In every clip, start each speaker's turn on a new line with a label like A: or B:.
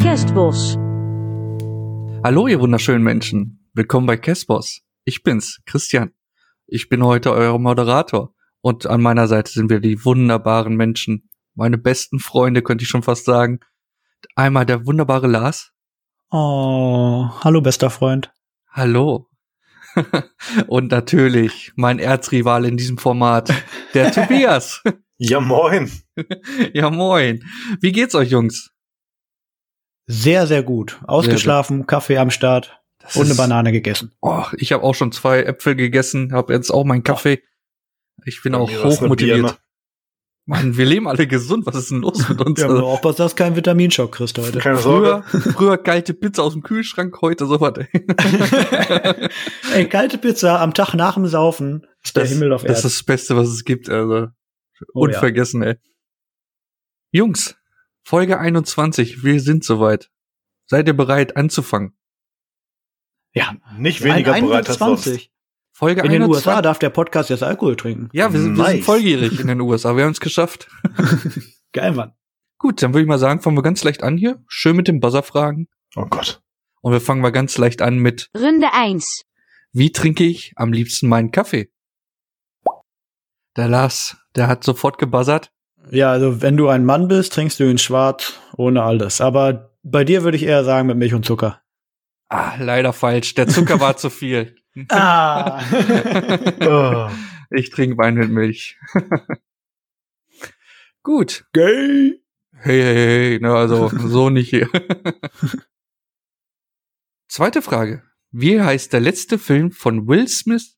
A: Kesbos.
B: Hallo, ihr wunderschönen Menschen. Willkommen bei Kesbos. Ich bin's, Christian. Ich bin heute euer Moderator. Und an meiner Seite sind wir die wunderbaren Menschen. Meine besten Freunde, könnte ich schon fast sagen. Einmal der wunderbare Lars.
C: Oh, hallo, bester Freund.
B: Hallo. Und natürlich mein Erzrival in diesem Format, der Tobias.
D: Ja, moin.
B: ja, moin. Wie geht's euch, Jungs?
C: Sehr, sehr gut. Ausgeschlafen, Kaffee am Start
B: Das
C: und eine
B: ist-
C: Banane gegessen.
B: Oh, ich habe auch schon zwei Äpfel gegessen, habe jetzt auch meinen Kaffee. Ich bin
D: Bei
B: auch
D: mir war's ne? eine Birne.
B: hochmotiviert. Mann, wir leben alle gesund. Was ist denn los mit uns?
C: Wir haben
B: Also,
C: nur aufpassen, dass kein Vitaminschock kriegst heute.
D: Keine Sorge.
B: früher, früher kalte Pizza aus dem Kühlschrank, heute sowas. ey.
C: Ey, kalte Pizza am Tag nach dem Saufen ist der
B: Das-
C: Himmel auf
B: Das ist
C: Erden.
B: das Beste, was es gibt. Also
C: Oh, ja.
B: unvergessen, ey. Jungs, Folge 21. Wir sind soweit. Seid ihr bereit anzufangen?
C: Ja,
D: Nicht weniger
C: Ein-
D: bereit als sonst.
C: 21.
B: Folge
C: In den
B: 21.
C: USA darf der Podcast jetzt Alkohol trinken.
B: ja, wir sind, wir sind
D: Nice.
B: volljährig in den USA. Wir haben es geschafft.
C: Geil, Mann.
B: Gut, dann würde ich mal sagen, fangen wir ganz leicht an hier. Schön mit dem Buzzer-Fragen.
D: Oh Gott.
B: Und wir fangen mal ganz leicht an mit,
A: Runde 1.
B: wie trinke ich am liebsten meinen Kaffee? Der Lars, der hat sofort gebuzzert.
C: Ja, also wenn du ein Mann bist, trinkst du ihn schwarz ohne alles. Aber bei dir würde ich eher sagen mit Milch und Zucker.
B: Ah, leider falsch. Der Zucker war zu viel.
C: Ah.
D: Ah.
B: Ich trinke Wein mit Milch. Gut.
C: Gay.
B: Hey, hey, hey. Na, also, so nicht hier. Zweite Frage. Wie heißt der letzte Film von Will Smith?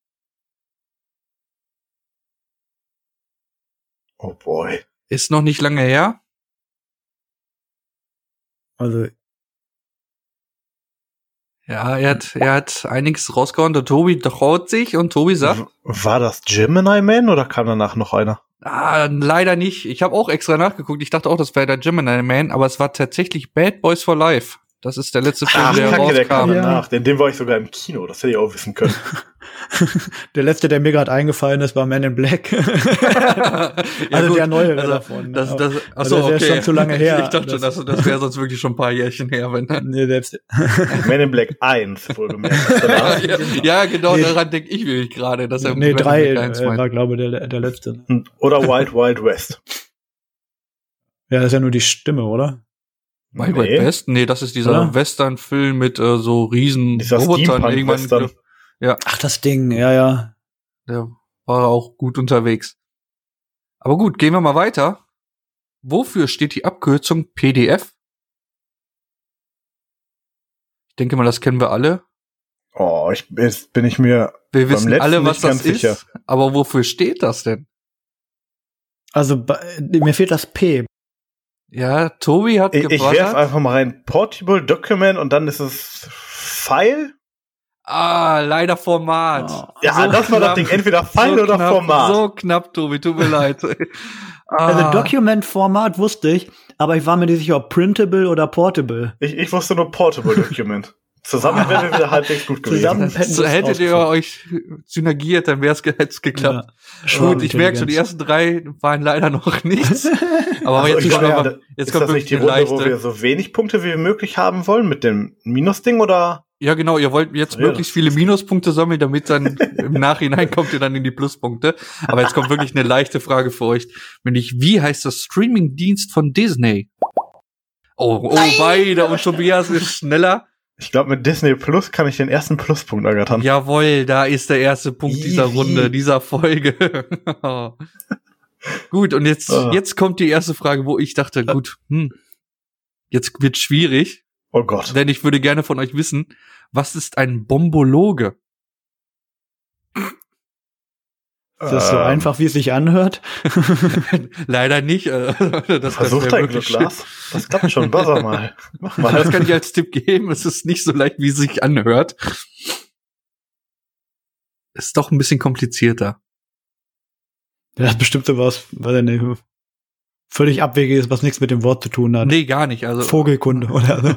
D: Oh boy.
B: Ist noch nicht lange her.
C: Also,
B: Ja, er hat, er hat einiges rausgehauen. Der Tobi traut sich und Tobi sagt,
D: W- War das Gemini Man oder kam danach noch einer?
B: ah, leider nicht. Ich habe auch extra nachgeguckt. Ich dachte auch, das wäre der Gemini Man, aber es war tatsächlich Bad Boys for Life. Das ist der letzte
C: Ah,
B: Film, der
D: der kam
B: rauskam.
C: Ja.
D: danach. Den, den war ich sogar im Kino. Das hätte ich auch wissen können.
C: der letzte, der mir gerade eingefallen ist, war Man in Black.
B: Ja,
C: also
B: gut.
C: der neue
B: Also,
C: davon. ne?
B: Das,
C: Aber-
B: das, achso,
C: das
B: okay.
C: ist schon zu lange her.
B: Ich dachte schon, das,
C: Das-
B: das wäre sonst wirklich schon ein paar Jährchen her. Wenn,
C: nee, selbst,
D: Man in Black 1, wohlgemerkt.
B: ja,
D: Danach-
B: ja, ja, genau,
C: Nee.
B: daran denke ich wirklich gerade. Dass er
C: nee, drei
B: Black
C: äh,
B: eins meint.
C: war, glaube ich, der, der letzte.
D: Oder Wild Wild West.
C: Ja, das ist ja nur die Stimme, oder?
B: Wild Wild
D: Nee.
B: West? Nee, das ist dieser
C: Oder?
B: Western-Film mit äh, so riesen
D: Dieser
B: Robotern
D: Steampunk-Western.
B: irgendwann.
C: Ach, das Ding, ja, ja.
B: Der war auch gut unterwegs. Aber gut, gehen wir mal weiter. Wofür steht die Abkürzung PDF? Ich denke mal, das kennen wir alle.
D: Oh, ich, jetzt bin ich mir
B: Wir
D: Beim
B: wissen
D: letzten
B: alle,
D: nicht
B: was das
D: ganz sicher.
B: ist. Aber wofür steht das denn?
C: Also bei, mir fehlt das P.
B: Ja, Tobi hat
D: Ich, ich werf
B: gebuzzert.
D: einfach mal rein. Portable Document und dann ist es File?
B: Ah, leider Format.
C: Oh.
D: Ja,
B: So
D: das war
B: knapp.
D: das Ding. Entweder File
B: so
D: oder
B: knapp,
D: Format.
B: So knapp, Tobi, tut mir leid. Ah,
C: Also Document-Format wusste ich, aber ich war mir nicht sicher, ob printable oder portable.
D: Ich, ich wusste nur Portable Document. Zusammen wären wir wieder halbwegs gut
C: Zusammen
D: gewesen.
C: hätten
B: so,
C: wir's
B: hättet ihr euch synergiert, dann wäre es geklappt.
C: Ja.
B: Gut, ich merke schon, die ersten drei waren leider noch nichts. Aber
D: Also
B: jetzt,
D: ich
B: kommt
D: meine,
B: aber, jetzt
D: ist
B: kommt
D: das
B: wirklich
D: nicht
B: die
D: die Runde, wo wir
B: leichte.
D: so wenig Punkte wie möglich haben wollen mit dem Minusding oder?
B: Ja, genau, ihr wollt jetzt
D: Ja.
B: möglichst viele Minuspunkte sammeln, damit dann im Nachhinein kommt ihr dann in die Pluspunkte. Aber jetzt kommt wirklich eine leichte Frage für euch. Nämlich, wie heißt das Streamingdienst von Disney? Oh, oh, weiter. Und Tobias ist schneller.
D: Ich glaube, mit Disney Plus kann ich den ersten Pluspunkt ergattern.
B: Jawohl, da ist der erste Punkt dieser
D: Easy.
B: Runde, dieser Folge. gut, und jetzt,
D: Ah. Äh.
B: jetzt kommt die erste Frage, wo ich dachte, gut, hm, jetzt wird schwierig,
D: Oh Gott.
B: denn ich würde gerne von euch wissen, was ist ein Bombologe?
C: Ist das so
D: Ähm,
C: einfach, wie es sich anhört?
B: Leider nicht. äh, Das,
D: Versuch
B: wär
D: dein
B: wirklich
D: Glück, Lars. Das klappt schon. Buzzer mal. Mach
B: schlimm. Das
D: mal.
B: kann ich als Tipp geben. Es ist nicht so leicht, wie es sich anhört. Ist doch ein bisschen komplizierter.
C: Ja, das ist bestimmt sowas, weiß ich nicht, völlig abwegiges, was nichts mit dem Wort zu tun hat.
B: Nee, gar nicht. Also
C: Vogelkunde oder so.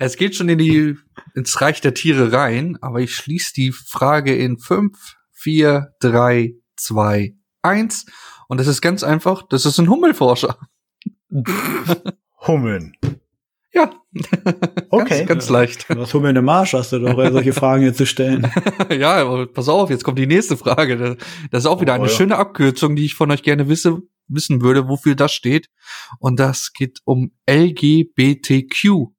B: Es geht schon in die, ins Reich der Tiere rein, aber ich schließe die Frage in 5, 4, 3, 2, 1. Und das ist ganz einfach, das ist ein Hummelforscher.
D: Hummeln.
B: Ja,
D: Okay.
B: ganz, ganz leicht.
C: Was holen wir in der Marsch, hast du doch, ey, solche Fragen jetzt zu stellen.
B: ja, aber pass auf, jetzt kommt die nächste Frage. Das- Das ist auch wieder
D: Oh,
B: eine
D: ja.
B: schöne Abkürzung, die ich von euch gerne wisse, wissen würde, wofür das steht. Und das geht um LGBTQ.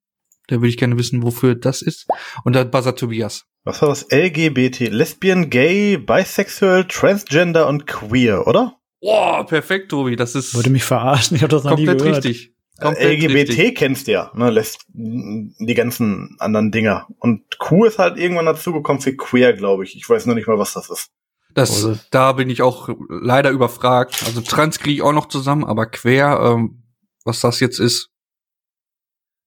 B: Da würde ich gerne wissen, wofür das ist. Und dann Buzzer Tobias.
D: Was war das? LGBT, Lesbian, Gay, Bisexual, Transgender und Queer, oder?
B: Boah, perfekt, Tobi. Das ist
C: Wollte mich verarschen, ich habe das noch nie
B: komplett
C: gehört.
B: richtig. Komplett
D: LGBT
B: richtig.
D: kennst du ja, ne? Lässt die ganzen anderen Dinger. Und Q ist halt irgendwann dazugekommen für Queer, glaube ich. Ich weiß nur nicht mal, was das ist.
B: Das,
C: Also-
B: da bin ich auch leider überfragt. Also trans kriege ich auch noch zusammen, aber quer, ähm, was das jetzt ist.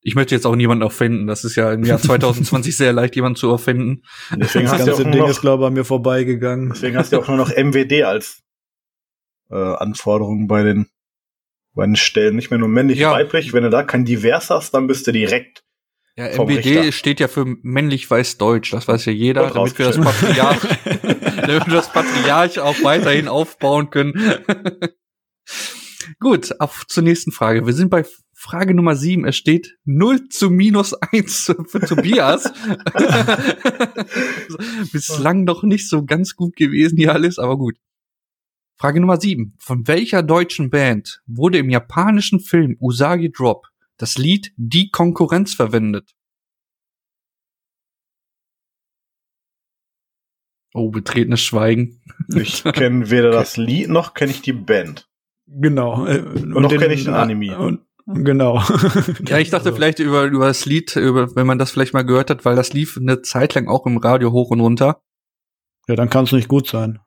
B: Ich möchte jetzt auch niemanden offenden. Das ist ja im Jahr 2020 sehr leicht, jemanden zu offenden.
D: Deswegen
C: Das
D: hast, du auch
C: ganze
D: nur
C: Ding ist,
D: noch,
C: glaube ich, an mir vorbeigegangen.
D: deswegen hast du auch nur noch MWD als äh, Anforderung bei den, bei den Stellen. Nicht mehr nur männlich,
B: Ja.
D: weiblich. Wenn du da kein Divers hast, dann bist du direkt.
B: Ja,
D: Vom
B: MBD
D: Richter.
B: steht ja für männlich weiß deutsch. Das weiß ja jeder,
D: Und
B: damit wir das Patriarch, damit wir das Patriarch auch weiterhin aufbauen können. Gut, auf zur nächsten Frage. Wir sind bei Frage Nummer 7. Es steht 0 zu minus 1 für Tobias. Bislang noch nicht so ganz gut gewesen hier alles, aber gut. Frage Nummer 7. Von welcher deutschen Band wurde im japanischen Film Usagi Drop das Lied Die Konkurrenz verwendet? Oh, betretenes Schweigen.
D: Ich kenne weder das Lied noch kenne ich die Band.
C: Genau. äh, Und, Ah,
D: noch kenn ich den Anime.
C: Und, genau.
B: Ja, ich dachte
C: Also,
B: vielleicht über, über das Lied, über, wenn man das vielleicht mal gehört hat, weil das lief eine Zeit lang auch im Radio hoch und runter.
C: Ja, dann kann es nicht gut sein.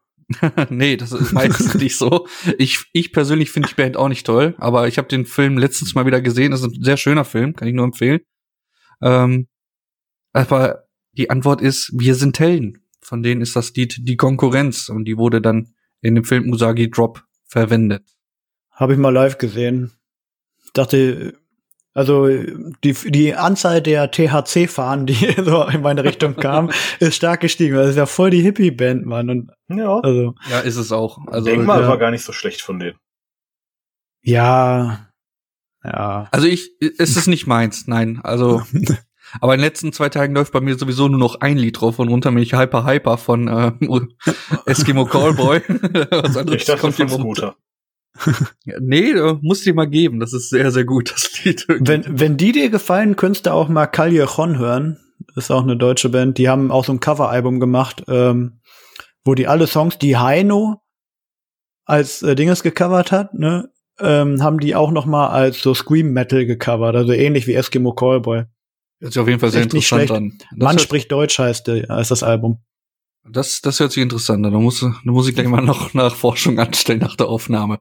B: nee, das ist meistens nicht so. Ich, ich persönlich finde die Band auch nicht toll, aber ich habe den Film letztens mal wieder gesehen. Das ist ein sehr schöner Film, kann ich nur empfehlen. Ähm, aber die Antwort ist, wir sind Helden. Von denen ist das Lied die Konkurrenz und die wurde dann in dem Film Usagi Drop verwendet.
C: Habe ich mal live gesehen. Dachte, also die, die Anzahl der THC-Fahnen, die so in meine Richtung kamen, ist stark gestiegen. Das ist ja voll die Hippie-Band, Mann. Und
D: Ja.
C: also,
B: Ja, ist es auch. Also,
D: Denkmal
C: ja.
D: war gar nicht so schlecht von denen.
C: ja, ja.
B: Also ich, es ist nicht meins, nein. Also, aber in den letzten zwei Tagen läuft bei mir sowieso nur noch ein Lied drauf und runter bin ich Hyper Hyper von äh, Eskimo Callboy. Was anderes
D: Ich dachte
B: kommt
D: von
B: hier rum.
D: Scooter.
B: Ja, Nee, äh, musst dir mal geben. Das ist sehr, sehr gut, das Lied.
C: Wenn, wenn die dir gefallen, könntest du auch mal Callejon hören. Ist auch eine deutsche Band. Die haben auch so ein Coveralbum gemacht, ähm, wo die alle Songs, die Heino als äh, Dinges gecovert hat, ne, ähm, haben die auch noch mal als so Scream Metal gecovert, also ähnlich wie Eskimo Callboy.
B: Hört sich auf jeden Fall sehr
C: Echt nicht
B: interessant
C: schlecht.
B: an. Das
C: Mann
B: hört,
C: spricht Deutsch heißt, der, heißt das Album.
B: das, das hört sich interessant an. Da muss, da muss ich gleich mal noch Nachforschung anstellen nach der Aufnahme.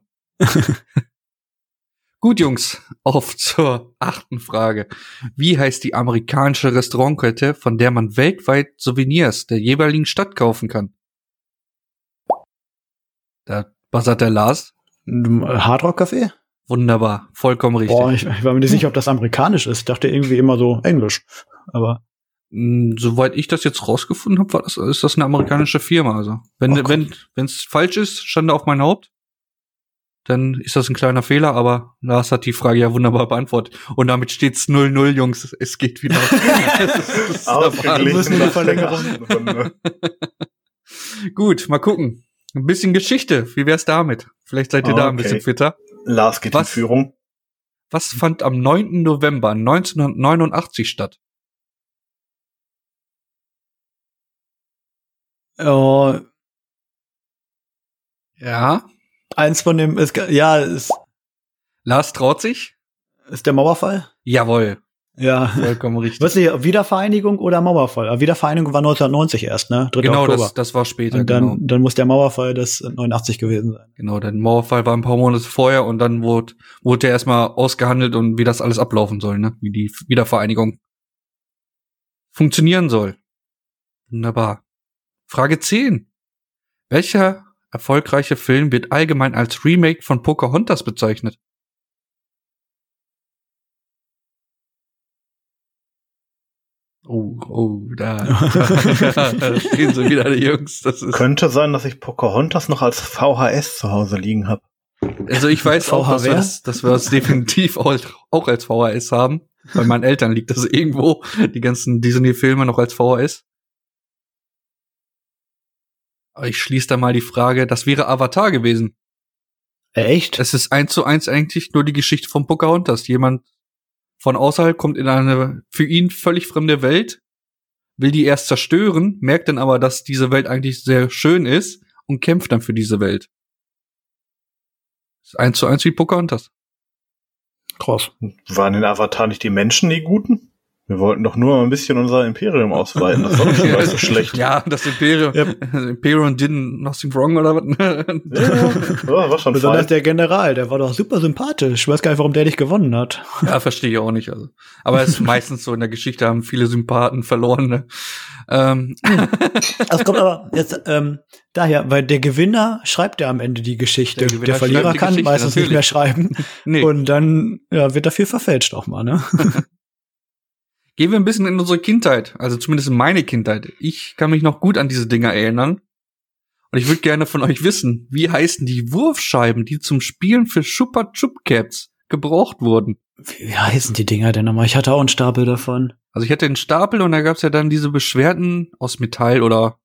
B: Gut, Jungs, auf zur achten Frage. Wie heißt die amerikanische Restaurantkette, von der man weltweit Souvenirs der jeweiligen Stadt kaufen kann? Da buzzert der Lars.
C: Ähm, Hardrock Café?
B: Wunderbar, vollkommen richtig.
C: Boah, ich, ich war mir nicht sicher, ob das amerikanisch ist. Ich dachte irgendwie immer so Englisch. Aber
B: Mm, Soweit ich das jetzt rausgefunden habe, war das, ist das eine amerikanische Firma. Also wenn
C: Oh,
B: wenn's
C: guck.
B: wenn wenn's falsch ist, Schande auf mein Haupt. Dann ist das ein kleiner Fehler, aber Lars hat die Frage ja wunderbar beantwortet. Und damit steht's 0-0, Jungs. Es geht wieder. Es ist- es ist der
D: Ausgeglichen
C: müssen wir die
D: nach der
C: Verlängerung-
D: achten Runde.
B: Wahnsinn. Gut, mal gucken. Ein bisschen Geschichte. Wie wär's damit? Vielleicht seid ihr da ein
D: Okay.
B: bisschen fitter.
D: Lars geht
B: Was?
D: in Führung.
B: Was fand am 9. November 1989 statt?
C: äh,
B: Ja.
C: eins von dem ist ja ist,
B: Lars traut sich?
C: ist der Mauerfall.
B: Jawohl.
C: Ja.
B: Vollkommen richtig.
C: Weißt du, Wiedervereinigung oder Mauerfall? Aber Wiedervereinigung war 1990 erst, ne? 3.
B: Genau,
C: Oktober.
B: das, das war später.
C: und dann,
B: genau.
C: dann muss der Mauerfall das 89 gewesen sein.
B: Genau, der Mauerfall war ein paar Monate vorher und dann wurde, wurde der erstmal ausgehandelt und wie das alles ablaufen soll, ne? Wie die F- Wiedervereinigung funktionieren soll. Wunderbar. Frage 10. Welcher erfolgreiche Film wird allgemein als Remake von Pocahontas bezeichnet? Oh, oh, da, da, stehen sie wieder, die Jungs. Das ist,
D: Könnte sein, dass ich Pocahontas noch als VHS zu Hause liegen habe.
B: Also ich weiß auch, dass wir, das,
C: VHS?
B: dass wir das definitiv auch, auch als VHS haben. Bei meinen Eltern liegt das irgendwo, die ganzen Disney-Filme noch als VHS. Aber ich schließe da mal die Frage, das wäre Avatar gewesen.
C: Äh, Echt?
B: Es ist eins zu eins eigentlich nur die Geschichte von Pocahontas. Jemand von außerhalb kommt in eine für ihn völlig fremde Welt, will die erst zerstören, merkt dann aber, dass diese Welt eigentlich sehr schön ist und kämpft dann für diese Welt. Ist eins zu eins wie Pocahontas.
C: Krass.
D: Waren in Avatar nicht die Menschen die Guten? Wir wollten doch nur mal ein bisschen unser Imperium ausweiten. Das war doch schon mal so schlecht.
B: Ja, das Imperium,
C: Yep.
B: das Imperium did nothing wrong oder was?
D: Ja, war schon
C: Besonders
D: fein.
C: der General, der war doch super sympathisch. Ich weiß gar nicht, warum der nicht gewonnen hat.
B: Ja, verstehe ich auch nicht. Also. Aber es ist meistens so, in der Geschichte haben viele Sympathen verloren. Ne? Ähm,
C: Das kommt aber jetzt ähm, daher, weil der Gewinner schreibt ja am Ende die
B: Der
C: Geschichte. Der,
B: Gewinner
C: Verlierer
B: schreibt die
C: kann
B: Geschichte,
C: meistens nicht
B: natürlich.
C: mehr schreiben.
B: nee.
C: Und dann ja, wird dafür verfälscht auch mal, ne?
B: Gehen wir ein bisschen in unsere Kindheit, also zumindest in meine Kindheit. Ich kann mich noch gut an diese Dinger erinnern. Und ich würde gerne von euch wissen, wie heißen die Wurfscheiben, die zum Spielen für Chupa Chup Caps gebraucht wurden?
C: Wie heißen die Dinger denn nochmal? Ich hatte auch einen Stapel davon.
B: Also ich hatte einen Stapel und da gab's ja dann diese Beschwerden aus Metall oder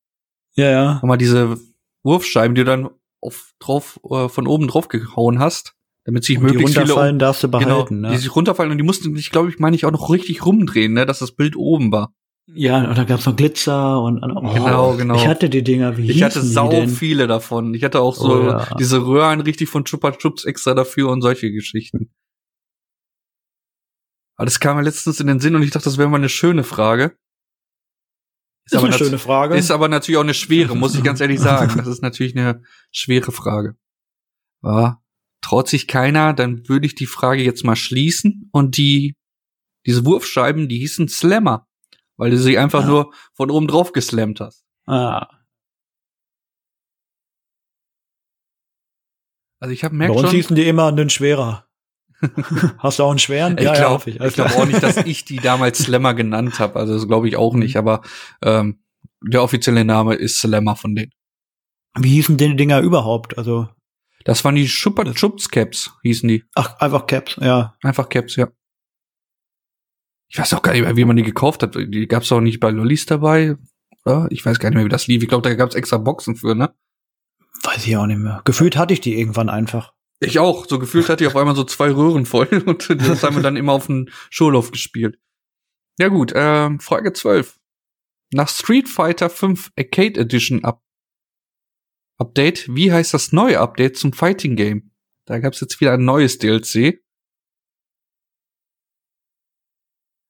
C: Ja, ja.
B: nochmal diese Wurfscheiben, die du dann auf, drauf, äh, von oben drauf gehauen hast, damit sich
C: Und die
B: möglichst viele
C: runterfallen darfst du behalten,
B: genau,
C: ne?
B: die sich runterfallen und die mussten sich, glaube ich, meine ich auch noch richtig rumdrehen, ne, dass das Bild oben war.
C: Ja, und dann gab's noch Glitzer und oh,
B: Genau, genau.
C: Ich hatte die Dinger wie
B: Ich hatte
C: hießen die
B: sau
C: denn?
B: viele davon. Ich hatte auch so
C: Oh, ja.
B: diese Röhren richtig von Chupa Chups extra dafür und solche Geschichten. Aber das kam mir letztens in den Sinn und ich dachte, das wäre mal eine schöne Frage.
C: Ist eine
B: nat-
C: schöne Frage.
B: Ist aber natürlich auch eine schwere, muss ich ganz ehrlich sagen. Das ist natürlich eine schwere Frage. Ja, traut sich keiner, dann würde ich die Frage jetzt mal schließen und die, diese Wurfscheiben, die hießen Slammer, weil du sie einfach
C: Ah.
B: nur von oben drauf geslammt hast.
C: ah,
B: Also ich habe
C: bei
B: merkt
C: uns
B: schon,
C: hießen die immer einen schwerer. Hast du auch einen schweren?
B: Ich
C: hab
B: glaube
C: Alles
B: glaub
C: klar.
B: auch nicht, dass ich die damals Slammer genannt habe. Also das glaube ich auch nicht, aber ähm, der offizielle Name ist Slammer von denen.
C: Wie hießen denn die Dinger überhaupt? Also,
B: Das waren die Schupper Chups Caps, hießen die.
C: ach, einfach Caps, ja.
B: Einfach Caps, ja. Ich weiß auch gar nicht mehr, wie man die gekauft hat. Die gab es auch nicht bei Lollis dabei. Oder? Ich weiß gar nicht mehr, wie das lief. Ich glaube, da gab es extra Boxen für, ne?
C: Weiß ich auch nicht mehr. Gefühlt hatte ich die irgendwann einfach.
B: Ich auch. So gefühlt hatte ich auf einmal so zwei Röhren voll und das haben wir dann immer auf dem Schulhof gespielt. Ja gut, ähm, Frage 12. Nach Street Fighter 5 Arcade Edition Up Update, wie heißt das neue Update zum Fighting Game? Da gab's jetzt wieder ein neues DLC.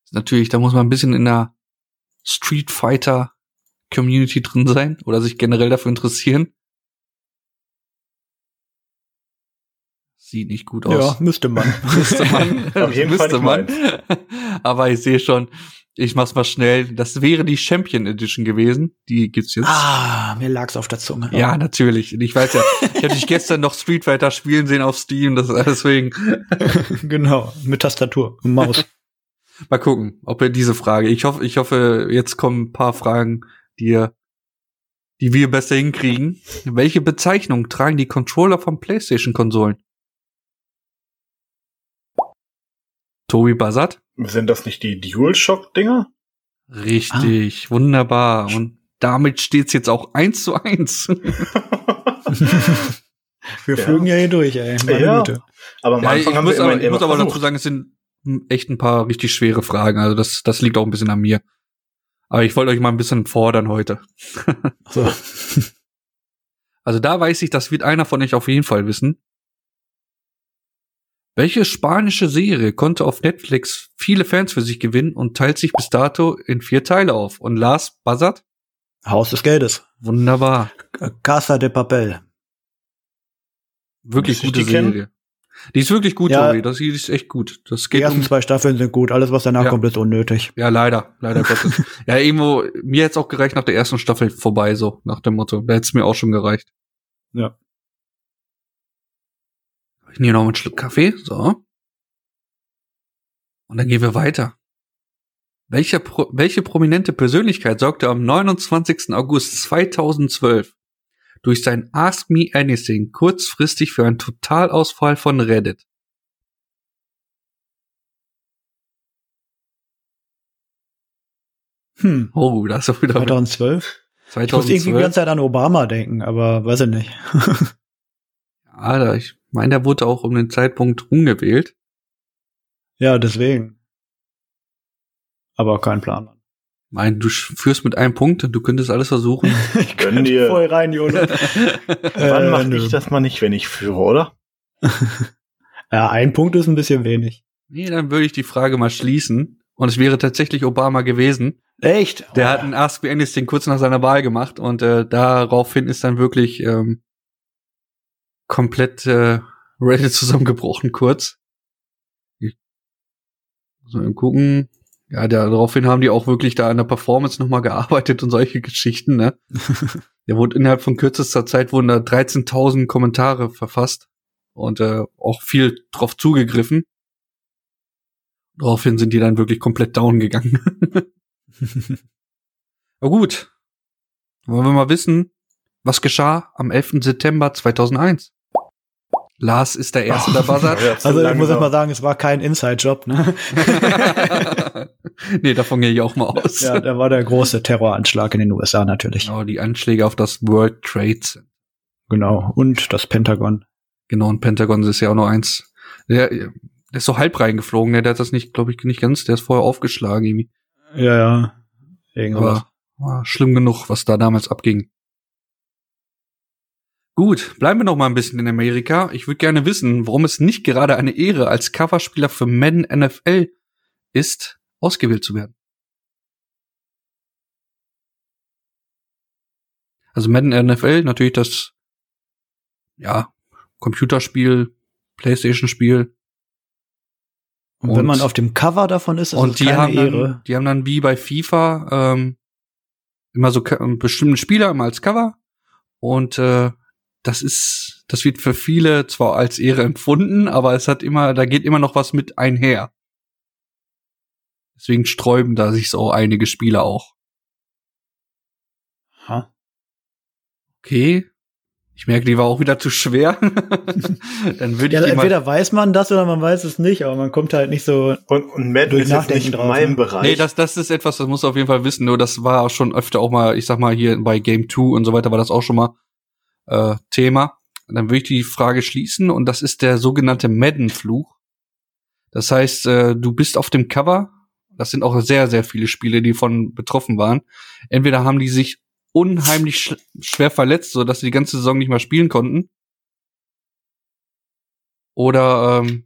B: Ist Natürlich, da muss man ein bisschen in der Street Fighter Community drin sein oder sich generell dafür interessieren. Sieht nicht gut aus.
C: Ja, müsste man.
B: Müsste man.
D: Auf jeden Fall
B: müsste
D: nicht
B: man. Aber ich sehe schon, ich mach's mal schnell. Das wäre die Champion Edition gewesen. Die gibt's jetzt.
C: ah, mir lag's auf der Zunge.
B: Ja, natürlich. Und Ich weiß ja, ich hatte dich gestern noch Street Fighter spielen sehen auf Steam. Das, deswegen
C: genau. Mit Tastatur und Maus.
B: mal gucken, ob wir diese Frage. Ich hoffe, ich hoffe, jetzt kommen ein paar Fragen, die, ihr- die wir besser hinkriegen. Welche Bezeichnung tragen die Controller von PlayStation-Konsolen? Tobi Bassett?
D: Sind das nicht die DualShock-Dinger? Ah.
B: Richtig, wunderbar. Und damit steht's jetzt auch eins zu eins.
C: Wir
D: Ja.
C: flogen ja hier durch, ey. Meine
D: Ja.
C: Güte.
D: Aber am
B: Ja, ich
D: Anfang haben
B: muss
D: wir
B: aber,
D: immerhin
B: ich muss
D: immer
B: aber dazu
D: versucht.
B: sagen, es sind m- echt ein paar richtig schwere Fragen. Also das, das liegt auch ein bisschen an mir. Aber ich wollte euch mal ein bisschen fordern heute.
C: So.
B: Also da weiß ich, das wird einer von euch auf jeden Fall wissen. Welche spanische Serie konnte auf Netflix viele Fans für sich gewinnen und teilt sich bis dato in vier Teile auf? Und Lars Buzzard?
C: Haus des Geldes. Äh,
B: Wunderbar.
C: Casa de Papel.
B: Wirklich
D: Muss ich
B: gute
D: die kennen?
B: Serie. Die ist wirklich gut,
C: Ja.
B: Tobi. Das die ist echt gut. Das
C: Die
B: geht
C: ersten
B: um
C: zwei Staffeln sind gut. Alles, was danach
B: Ja.
C: kommt, ist unnötig.
B: Ja, leider, leider Gottes. Ja, irgendwo, mir hätt's auch gereicht nach der ersten Staffel vorbei, so, nach dem Motto. Da hätt's mir auch schon gereicht.
C: Ja.
B: Ich nehme noch einen Schluck Kaffee, so. Und dann gehen wir weiter. Welcher Pro welche prominente Persönlichkeit sorgte am 29. August 2012 durch sein Ask Me Anything kurzfristig für einen Totalausfall von Reddit?
C: Hm.
B: Oh, da ist doch wieder
C: 2012? Ich muss irgendwie die
B: 2012.
C: ganze Zeit an Obama denken, aber weiß ich nicht.
B: Ah, da, ich meine, der wurde auch um den Zeitpunkt umgewählt.
C: Ja, deswegen. Aber kein Plan.
B: Mein, du sch- führst mit einem Punkt und du könntest alles versuchen.
C: Ich
D: Gönn dir.
C: voll rein, Jolo.
D: Wann mache
B: äh,
C: nö.
D: ich das mal nicht, wenn ich führe, oder?
C: Ja, ein Punkt ist ein bisschen wenig.
B: nee, dann würde ich die Frage mal schließen. Und es wäre tatsächlich Obama gewesen.
C: Echt?
B: Der hat einen Ask Me Anything kurz nach seiner Wahl gemacht und äh, daraufhin ist dann wirklich ähm, komplett äh, Reddit zusammengebrochen kurz. Ich muss mal eben gucken. Ja, da- daraufhin haben die auch wirklich da an der Performance nochmal gearbeitet und solche Geschichten, ne? der wurde innerhalb von kürzester Zeit wurden da 13.000 Kommentare verfasst und äh, auch viel drauf zugegriffen. Daraufhin sind die dann wirklich komplett down gegangen. Na gut. Wollen wir mal wissen, was geschah am 11. September 2001? Lars ist der Erste, der buzzert.
D: Ja, zu genau.
C: also ich
D: langsam.
C: muss auch mal sagen, es war kein Inside-Job, ne?
B: nee, davon gehe ich auch mal aus.
C: Ja, da war der große Terroranschlag in den USA natürlich.
B: Genau, die Anschläge auf das World Trade Center.
C: Genau. Und das Pentagon.
B: Genau, und Pentagon ist ja auch noch eins. Der, der ist so halb reingeflogen, ne? der hat das nicht, glaube ich, nicht ganz, der ist vorher aufgeschlagen irgendwie.
C: Ja, ja. Irgendwas.
B: Aber war schlimm genug, was da damals abging. Gut, bleiben wir noch mal ein bisschen in Amerika. Ich würde gerne wissen, warum es nicht gerade eine Ehre als Coverspieler für Men NFL ist, ausgewählt zu werden. Also Madden NFL, natürlich das, ja, Computerspiel, Playstation-Spiel,
C: Und, wenn
B: Und-
C: man auf dem Cover davon ist, ist es
B: und die
C: keine
B: haben,
C: Ehre.
B: Dann, die haben dann wie bei FIFA ähm, immer so ka- einen bestimmten Spieler immer als Cover. Und äh, das ist, das wird für viele zwar als Ehre empfunden, aber es hat immer, da geht immer noch was mit einher. Deswegen sträuben da sich so einige Spieler auch.
C: Ha.
B: Okay. Ich merke, die war auch wieder zu schwer. dann würde ich
C: Ja,
B: die mal
C: entweder weiß man das oder man weiß es nicht, aber man kommt halt nicht so.
D: Und, und Madden
C: Durch
D: ist jetzt
C: Nachdenken
D: nicht
C: drauf,
D: mein
C: ne?
D: Bereich.
B: Nee, das, das ist etwas, das muss auf jeden Fall wissen. Nur das war schon öfter auch mal, ich sag mal, hier bei Game 2 und so weiter war das auch schon mal äh, Thema. Dann würde ich die Frage schließen und das ist der sogenannte Madden-Fluch. Das heißt, äh, du bist auf dem Cover. Das sind auch sehr, sehr viele Spiele, die von betroffen waren. Entweder haben die sich unheimlich sch schwer verletzt, sodass sie die ganze Saison nicht mehr spielen konnten. Oder ähm,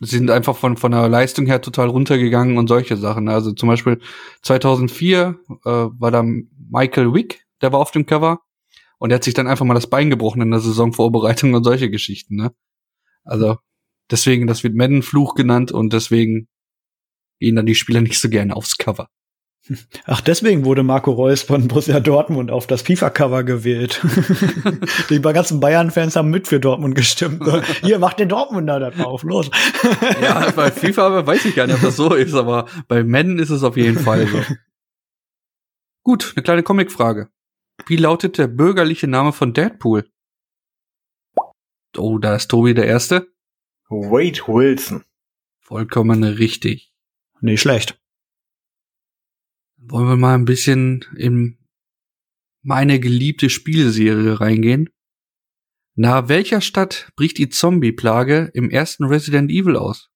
B: sind einfach von, von der Leistung her total runtergegangen und solche Sachen. Also zum Beispiel 2004 äh, war da Michael Wick, der war auf dem Cover. Und der hat sich dann einfach mal das Bein gebrochen in der Saisonvorbereitung und solche Geschichten, ne? Also, deswegen, das wird Madden-Fluch genannt und deswegen gehen dann die Spieler nicht so gerne aufs Cover.
C: Ach, deswegen wurde Marco Reus von Borussia Dortmund auf das FIFA-Cover gewählt. die ganzen Bayern-Fans haben mit für Dortmund gestimmt. So, Hier macht den Dortmunder da drauf, los.
B: Ja, bei FIFA weiß ich gar nicht, ob das so ist, aber bei Madden ist es auf jeden Fall so. Gut, eine kleine Comic-Frage. Wie lautet der bürgerliche Name von Deadpool? Oh, da ist Tobi der Erste.
D: Wade Wilson.
B: Vollkommen richtig.
C: Nicht schlecht.
B: Wollen wir mal ein bisschen in meine geliebte Spielserie reingehen? Na, welcher Stadt bricht die Zombie-Plage im ersten Resident Evil aus?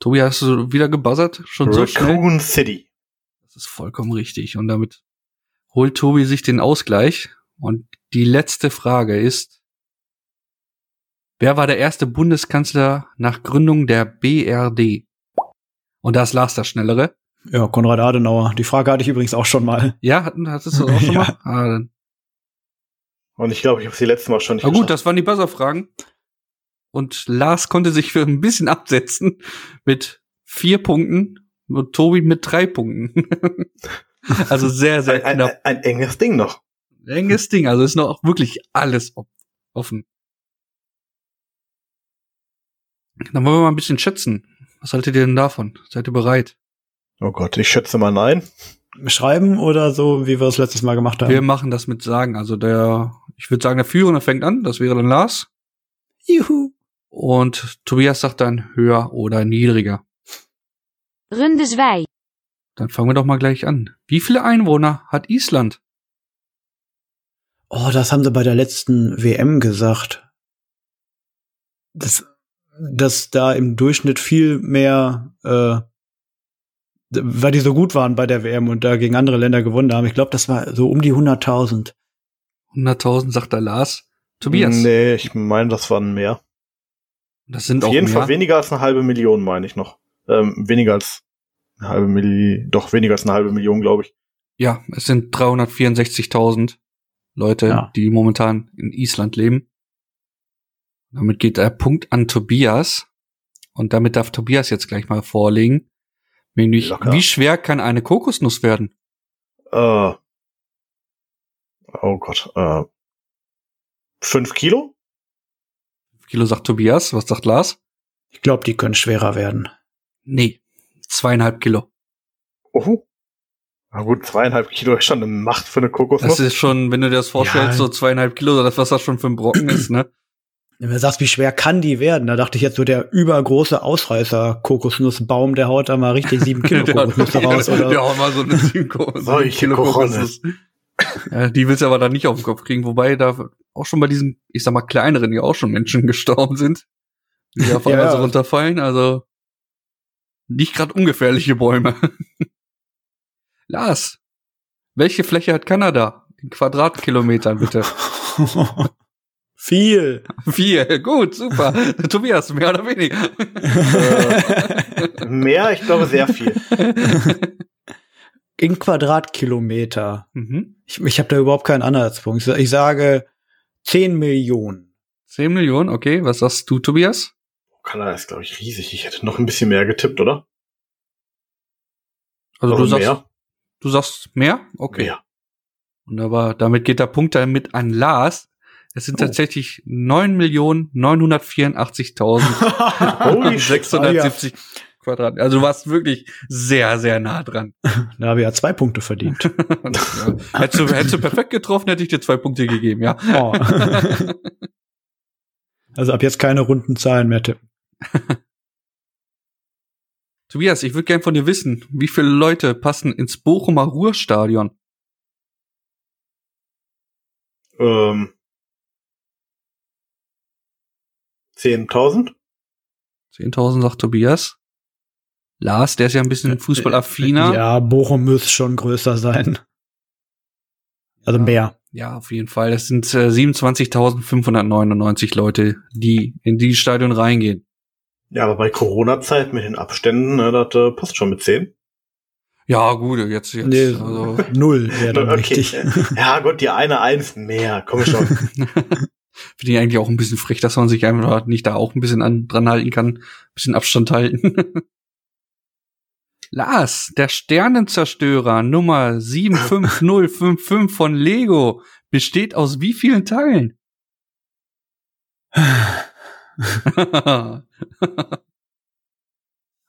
B: Tobi, hast du wieder gebuzzert? Schon so schnell?
D: Raccoon City.
B: Das ist vollkommen richtig. Und damit holt Tobi sich den Ausgleich. Und die letzte Frage ist, wer war der erste Bundeskanzler nach Gründung der BRD? Und da ist Lars das Schnellere.
C: Ja, Konrad Adenauer. Die Frage hatte ich übrigens auch schon mal.
B: Ja, hatten, hattest du das auch schon mal? Ah, dann.
D: Und ich glaube, ich habe sie letztes Mal schon nicht
B: Na gut,
D: geschafft.
B: das waren die Buzzer-Fragen. Und Lars konnte sich für ein bisschen absetzen mit vier Punkten und Tobi mit drei Punkten. also sehr, sehr
D: ein,
B: knapp.
D: ein, ein enges Ding noch.
B: Enges Ding. Also ist noch wirklich alles op- offen. Dann wollen wir mal ein bisschen schätzen. Was haltet ihr denn davon? Seid ihr bereit?
D: Oh Gott, ich schätze mal nein.
C: Schreiben oder so, wie wir es letztes Mal gemacht haben.
B: Wir machen das mit Sagen. Also der, ich würde sagen, der Führende fängt an. Das wäre dann Lars.
C: Juhu.
B: Und Tobias sagt dann höher oder niedriger.
A: Rundezwij.
B: Dann fangen wir doch mal gleich an. Wie viele Einwohner hat Island?
C: Oh, das haben sie bei der letzten WM gesagt. Dass, dass da im Durchschnitt viel mehr, äh, weil die so gut waren bei der WM und da gegen andere Länder gewonnen haben. Ich glaube, das war so um die 100.000.
B: 100.000, sagt der Lars. Tobias.
D: Nee, ich meine, das waren mehr.
B: Das sind
D: Auf
B: auch
D: jeden
B: mehr.
D: Fall weniger als eine halbe Million, meine ich noch. Ähm, weniger als eine halbe Million, doch weniger als eine halbe Million, glaube ich.
B: Ja, es sind 364.000 Leute,
C: Ja.
B: die momentan in Island leben. Damit geht der Punkt an Tobias. Und damit darf Tobias jetzt gleich mal vorlegen. Nämlich,
D: Locker.
B: wie schwer kann eine Kokosnuss werden?
D: Äh, oh Gott, äh, fünf Kilo?
B: Kilo sagt Tobias. Was sagt Lars?
C: Ich glaube, die können schwerer werden.
B: Nee, zweieinhalb Kilo.
D: Oh. Na gut, zweieinhalb Kilo ist schon eine Macht für eine ne? Kokosnuss.
B: Das ist schon, wenn du dir das vorstellst,
C: Ja.
B: so zweieinhalb Kilo, das was das schon für ein Brocken ist, ne?
C: Wenn du sagst, wie schwer kann die werden, da dachte ich jetzt so der übergroße Ausreißer-Kokosnussbaum, der haut da mal richtig sieben Kilo
B: Der hat-
C: Kokosnüsse raus,
B: der- Der
C: oder?
B: auch mal so eine 7 Ko-
D: Solche
B: Kilo
D: Kochonne.
B: Kokosnuss. Ja, die willst du aber dann nicht auf den Kopf kriegen, wobei da auch schon bei diesen, ich sag mal, kleineren ja auch schon Menschen gestorben sind, die da auf
C: Ja,
B: einmal so
C: ja.
B: runterfallen, also nicht gerade ungefährliche Bäume. Lars, welche Fläche hat Kanada? In Quadratkilometern bitte.
C: Viel.
B: Vier, gut, super. Tobias, mehr oder weniger.
D: Äh, Mehr, ich glaube, sehr viel.
C: In Quadratkilometer.
B: mhm.
C: Ich, ich habe da überhaupt keinen Anhaltspunkt. Ich sa- Ich sage 10 Millionen.
B: 10 Millionen, okay. Was sagst du, Tobias?
D: Kanada ist, glaube ich, riesig. Ich hätte noch ein bisschen mehr getippt, oder?
B: Also du
D: Oder
B: sagst,
D: mehr?
B: du sagst mehr? Okay.
D: Mehr.
B: Wunderbar. Damit geht der Punkt damit an Lars. Es sind
C: Oh.
B: tatsächlich 9.984.670
D: Holy shit.
C: Ah,
B: Quadrat. Also du warst wirklich sehr, sehr nah dran.
C: Da habe ich ja zwei Punkte verdient.
B: ja. hättest, du, hättest du perfekt getroffen, hätte ich dir zwei Punkte gegeben, ja.
C: Oh. Also ab jetzt keine runden Zahlen mehr tippen.
B: Tobias, ich würde gern von dir wissen, wie viele Leute passen ins Bochumer Ruhrstadion?
D: Ähm, 10.000?
B: 10.000 sagt Tobias. Lars, der ist ja ein bisschen fußballaffiner.
C: äh, Ja, Bochum müsste schon größer sein. Also mehr.
B: Ja, auf jeden Fall. Das sind äh, 27.599 Leute, die in die Stadion reingehen.
D: Ja, aber bei Corona-Zeit mit den Abständen, ne, das äh, passt schon mit 10.
B: Ja, gut, jetzt, jetzt.
C: Nee.
B: Also,
C: Null wäre dann
D: Okay.
C: richtig.
D: Ja, Gott, die eine Eins mehr. Komm schon.
B: finde ich eigentlich auch ein bisschen frech, dass man sich einfach nicht da auch ein bisschen an, dran halten kann, ein bisschen Abstand halten. Lars, der Sternenzerstörer Nummer 75055 von Lego besteht aus wie vielen Teilen? ah,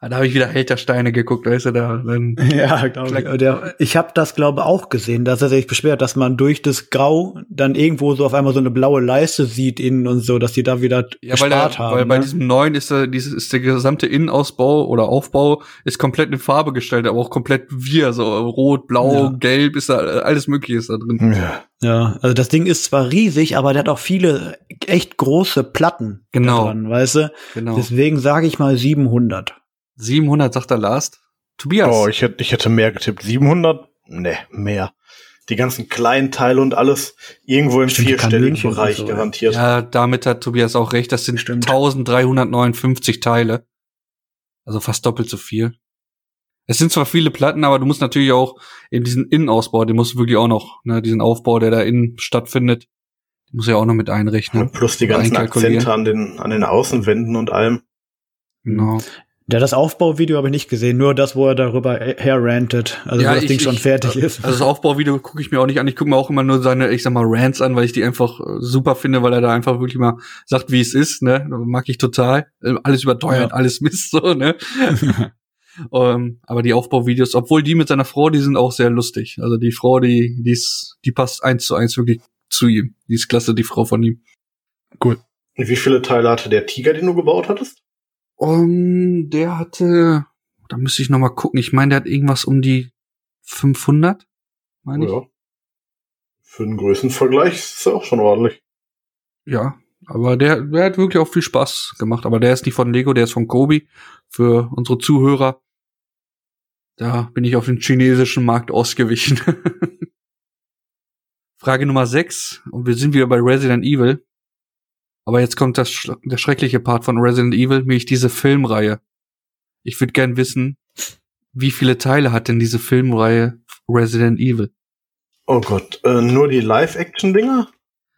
B: da habe ich wieder Held der Steine geguckt, weißt du, da dann
C: Ja, glaube ich. Der, ich habe das, glaube auch gesehen, dass er sich beschwert, dass man durch das Grau dann irgendwo so auf einmal so eine blaue Leiste sieht innen und so, dass die da wieder
B: Ja, weil,
C: gespart
B: der,
C: haben.
B: weil bei
C: ne?
B: diesem neuen ist der, dieses, ist der gesamte Innenausbau oder Aufbau ist komplett in Farbe gestellt, aber auch komplett wir, so rot, blau,
C: Ja. Hm.
B: gelb, ist da alles mögliche ist da drin.
D: Ja.
C: Ja, also das Ding ist zwar riesig, aber der hat auch viele echt große Platten da
B: Genau.
C: dran, weißt du?
B: Genau.
C: Deswegen sage ich mal 700.
B: 700 sagt der Last. Tobias.
D: Oh, ich hätte, ich hätte mehr getippt. 700? Ne, mehr. Die ganzen kleinen Teile und alles irgendwo im
C: Stimmt, die
D: vierstelligen
C: Kanönchen und
D: Bereich
C: so, ja.
D: garantiert.
B: ja, damit hat Tobias auch recht, das sind
C: Stimmt.
B: 1359 Teile. Also fast doppelt so viel. Es sind zwar viele Platten, aber du musst natürlich auch eben diesen Innenausbau, den musst du wirklich auch noch, ne, diesen Aufbau, der da innen stattfindet, den musst du ja auch noch mit einrechnen.
D: Plus die ganzen
B: Einkalkulieren.
D: Akzente an den, an den Außenwänden und allem.
B: Genau.
C: Ja, das Aufbauvideo habe ich nicht gesehen, nur das, wo er darüber herrantet, also
B: Ja,
C: wo das
B: ich-
C: Ding schon
B: ich-
C: fertig ist.
B: Also das Aufbauvideo gucke ich mir auch nicht an. Ich gucke mir auch immer nur seine, ich sag mal, Rants an, weil ich die einfach äh, super finde, weil er da einfach wirklich mal sagt, wie es ist, ne? Mag ich total. Äh, Alles überteuert,
C: Ja.
B: alles Mist, so, ne? Ähm, aber die Aufbauvideos, obwohl die mit seiner Frau, die sind auch sehr lustig. Also die Frau, die, die ist, die passt eins zu eins wirklich zu ihm. Die ist klasse, die Frau von ihm.
D: Wie viele Teile hatte der Tiger, den du gebaut hattest?
B: Um, der Ähm, hatte, Da müsste ich noch mal gucken. Ich meine, der hat irgendwas um die 500, meine
D: Ja. Für den Größenvergleich ist er auch schon ordentlich.
B: ich. Ja, aber der, der hat wirklich auch viel Spaß gemacht. Aber der ist nicht von Lego, der ist von Kobi für unsere Zuhörer. Da bin ich auf den chinesischen Markt ausgewichen. Frage Nummer 6 und wir sind wieder bei Resident Evil. Aber jetzt kommt das, Sch- der schreckliche Part von Resident Evil, nämlich diese Filmreihe. Ich würde gern wissen, wie viele Teile hat denn diese Filmreihe Resident Evil?
D: Oh Gott, äh, nur die Live-Action-Dinger?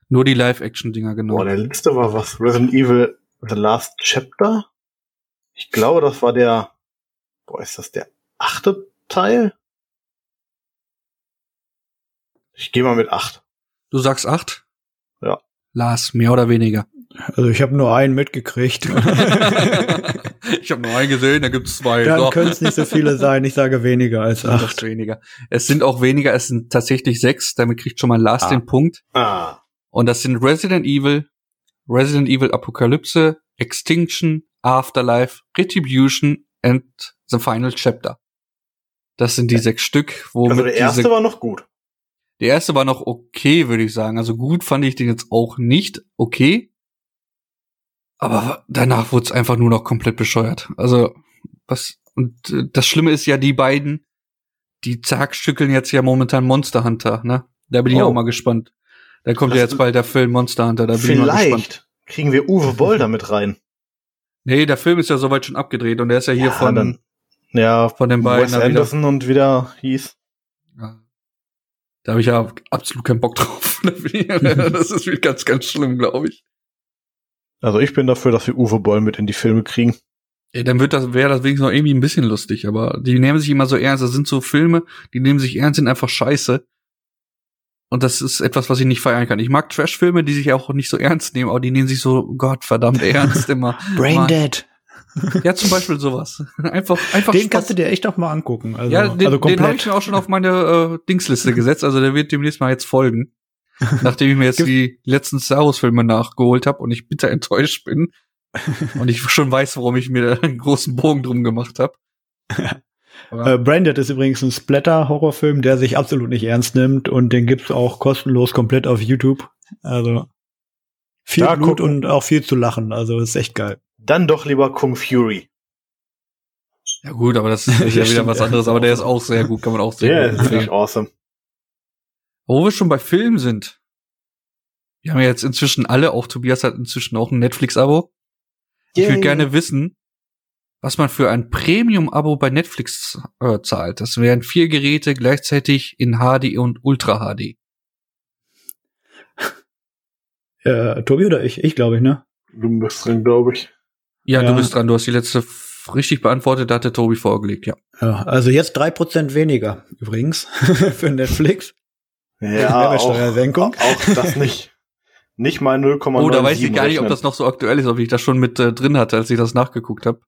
B: Nur die Live-Action-Dinger, genau.
D: Boah, der letzte war was? Resident Evil The Last Chapter? Ich glaube, das war der. Boah, ist das der achte Teil? Ich gehe mal mit acht.
B: Du sagst acht?
D: Ja.
B: Lars, mehr oder weniger.
C: Also ich habe nur einen mitgekriegt.
B: ich habe nur einen gesehen, da gibt's zwei.
C: Dann können es nicht so viele sein. Ich sage weniger als acht.
B: Acht weniger. Es sind auch weniger, es sind tatsächlich sechs, damit kriegt schon mal Lars
C: Ah.
B: den Punkt.
D: Ah.
B: Und das sind Resident Evil, Resident Evil Apokalypse, Extinction, Afterlife, Retribution and The Final Chapter. Das sind die sechs Stück, wo
D: Also der erste war noch gut.
B: Der erste war noch okay, würde ich sagen. Also gut fand ich den jetzt auch nicht okay. Aber danach wurde es einfach nur noch komplett bescheuert. Also, was, und äh, das Schlimme ist ja, die beiden, die zerhackstückeln jetzt ja momentan Monster Hunter, ne? Da bin ich
D: Oh.
B: auch mal gespannt. Da kommt ja
D: Das-
B: jetzt bald der Film Monster Hunter, da bin ich mal gespannt.
D: Vielleicht kriegen wir Uwe Boll damit rein.
B: Nee, der Film ist ja soweit schon abgedreht und der ist ja hier
D: Ja,
B: von,
D: dann- Ja,
B: von den beiden.
D: Wes
B: da wieder-
D: Anderson und wieder hieß.
B: Ja. Da habe ich ja absolut keinen Bock drauf. Da bin ich- das ist wieder ganz, ganz schlimm, glaube ich.
D: Also ich bin dafür, dass wir Uwe Boll mit in die Filme kriegen.
B: Ey, Äh, dann wird das, wäre das wenigstens noch irgendwie ein bisschen lustig, aber die nehmen sich immer so ernst. Das sind so Filme, die nehmen sich ernst, sind einfach scheiße. Und das ist etwas, was ich nicht feiern kann. Ich mag Trash-Filme, die sich auch nicht so ernst nehmen, aber die nehmen sich so gottverdammt ernst immer. Mann.
C: Braindead.
B: Ja, zum Beispiel sowas. Einfach, einfach
C: Den kannst du dir echt noch mal angucken. Also,
B: ja, den,
C: also
B: den habe ich
C: komplett.
B: mir auch schon auf meine äh, Dingsliste gesetzt. Also der wird demnächst mal jetzt folgen. Nachdem ich mir jetzt
C: Gibt-
B: die letzten Star Wars-Filme nachgeholt habe und ich bitter enttäuscht bin. und ich schon weiß, warum ich mir da einen großen Bogen drum gemacht habe.
C: Äh, Braindead ist übrigens ein Splatter-Horrorfilm, der sich absolut nicht ernst nimmt und den gibt's auch kostenlos komplett auf YouTube. Also viel
D: Da
C: Blut
D: gucken.
C: und auch viel zu lachen. Also ist echt geil.
D: Dann doch lieber Kung Fury.
B: Ja gut, aber das ist
C: Ja,
B: ja, wieder
C: stimmt,
B: was
C: ja.
B: anderes, aber der ist auch sehr gut, kann man auch sehr
D: Ja,
B: gut
D: das ist
B: empfehlen.
D: echt awesome.
B: Wo wir schon bei Filmen sind. Wir haben ja jetzt inzwischen alle, auch Tobias hat inzwischen auch ein Netflix-Abo. Ich würde gerne wissen, was man für ein Premium-Abo bei Netflix äh, zahlt. Das wären vier Geräte gleichzeitig in HD und Ultra HD.
C: Äh, Tobi oder ich? Ich glaube ich, ne?
D: Du bist drin, glaube ich.
B: Ja,
C: Ja.
B: du bist dran. Du hast die letzte f- richtig beantwortet. Da hat der Tobi vorgelegt, ja.
C: Ja, also jetzt 3% weniger übrigens für Netflix.
D: Ja, auch,
C: Mehrwertsteuersenkung.
D: auch das nicht. Nicht mal 0,9.
B: Oh, da weiß ich gar nicht, ob das noch so aktuell ist, ob ich das schon mit äh, drin hatte, als ich das nachgeguckt habe.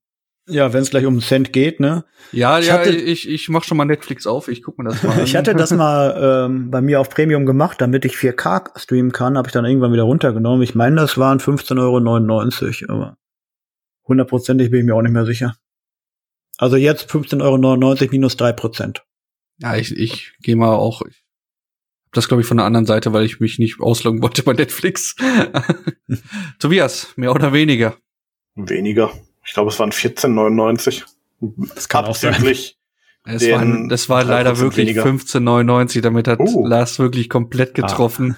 C: Ja, wenn es gleich um einen Cent geht, ne?
B: Ja,
C: Ich
B: ja,
C: hatte-
B: ich, ich mach schon mal Netflix auf. Ich guck mir das mal an.
C: Ich hatte das mal ähm, bei mir auf Premium gemacht, damit ich 4K streamen kann, habe ich dann irgendwann wieder runtergenommen. Ich meine, das waren 15,99 Euro, aber hundertprozentig bin ich mir auch nicht mehr sicher. Also jetzt 15,99 Euro minus 3%.
B: Ja, ich, ich gehe mal auch. Ich hab das glaube ich von der anderen Seite, weil ich mich nicht ausloggen wollte bei Netflix. Tobias, mehr oder weniger.
D: Weniger. Ich glaube, es waren 14,99.
C: Das kann auch sein.
D: Abzüglich.
B: Es
D: Den
B: waren, das war
D: 3%
B: leider wirklich
D: weniger.
B: 15,99. Damit hat
D: Oh.
B: Lars wirklich komplett
C: Ah.
B: getroffen.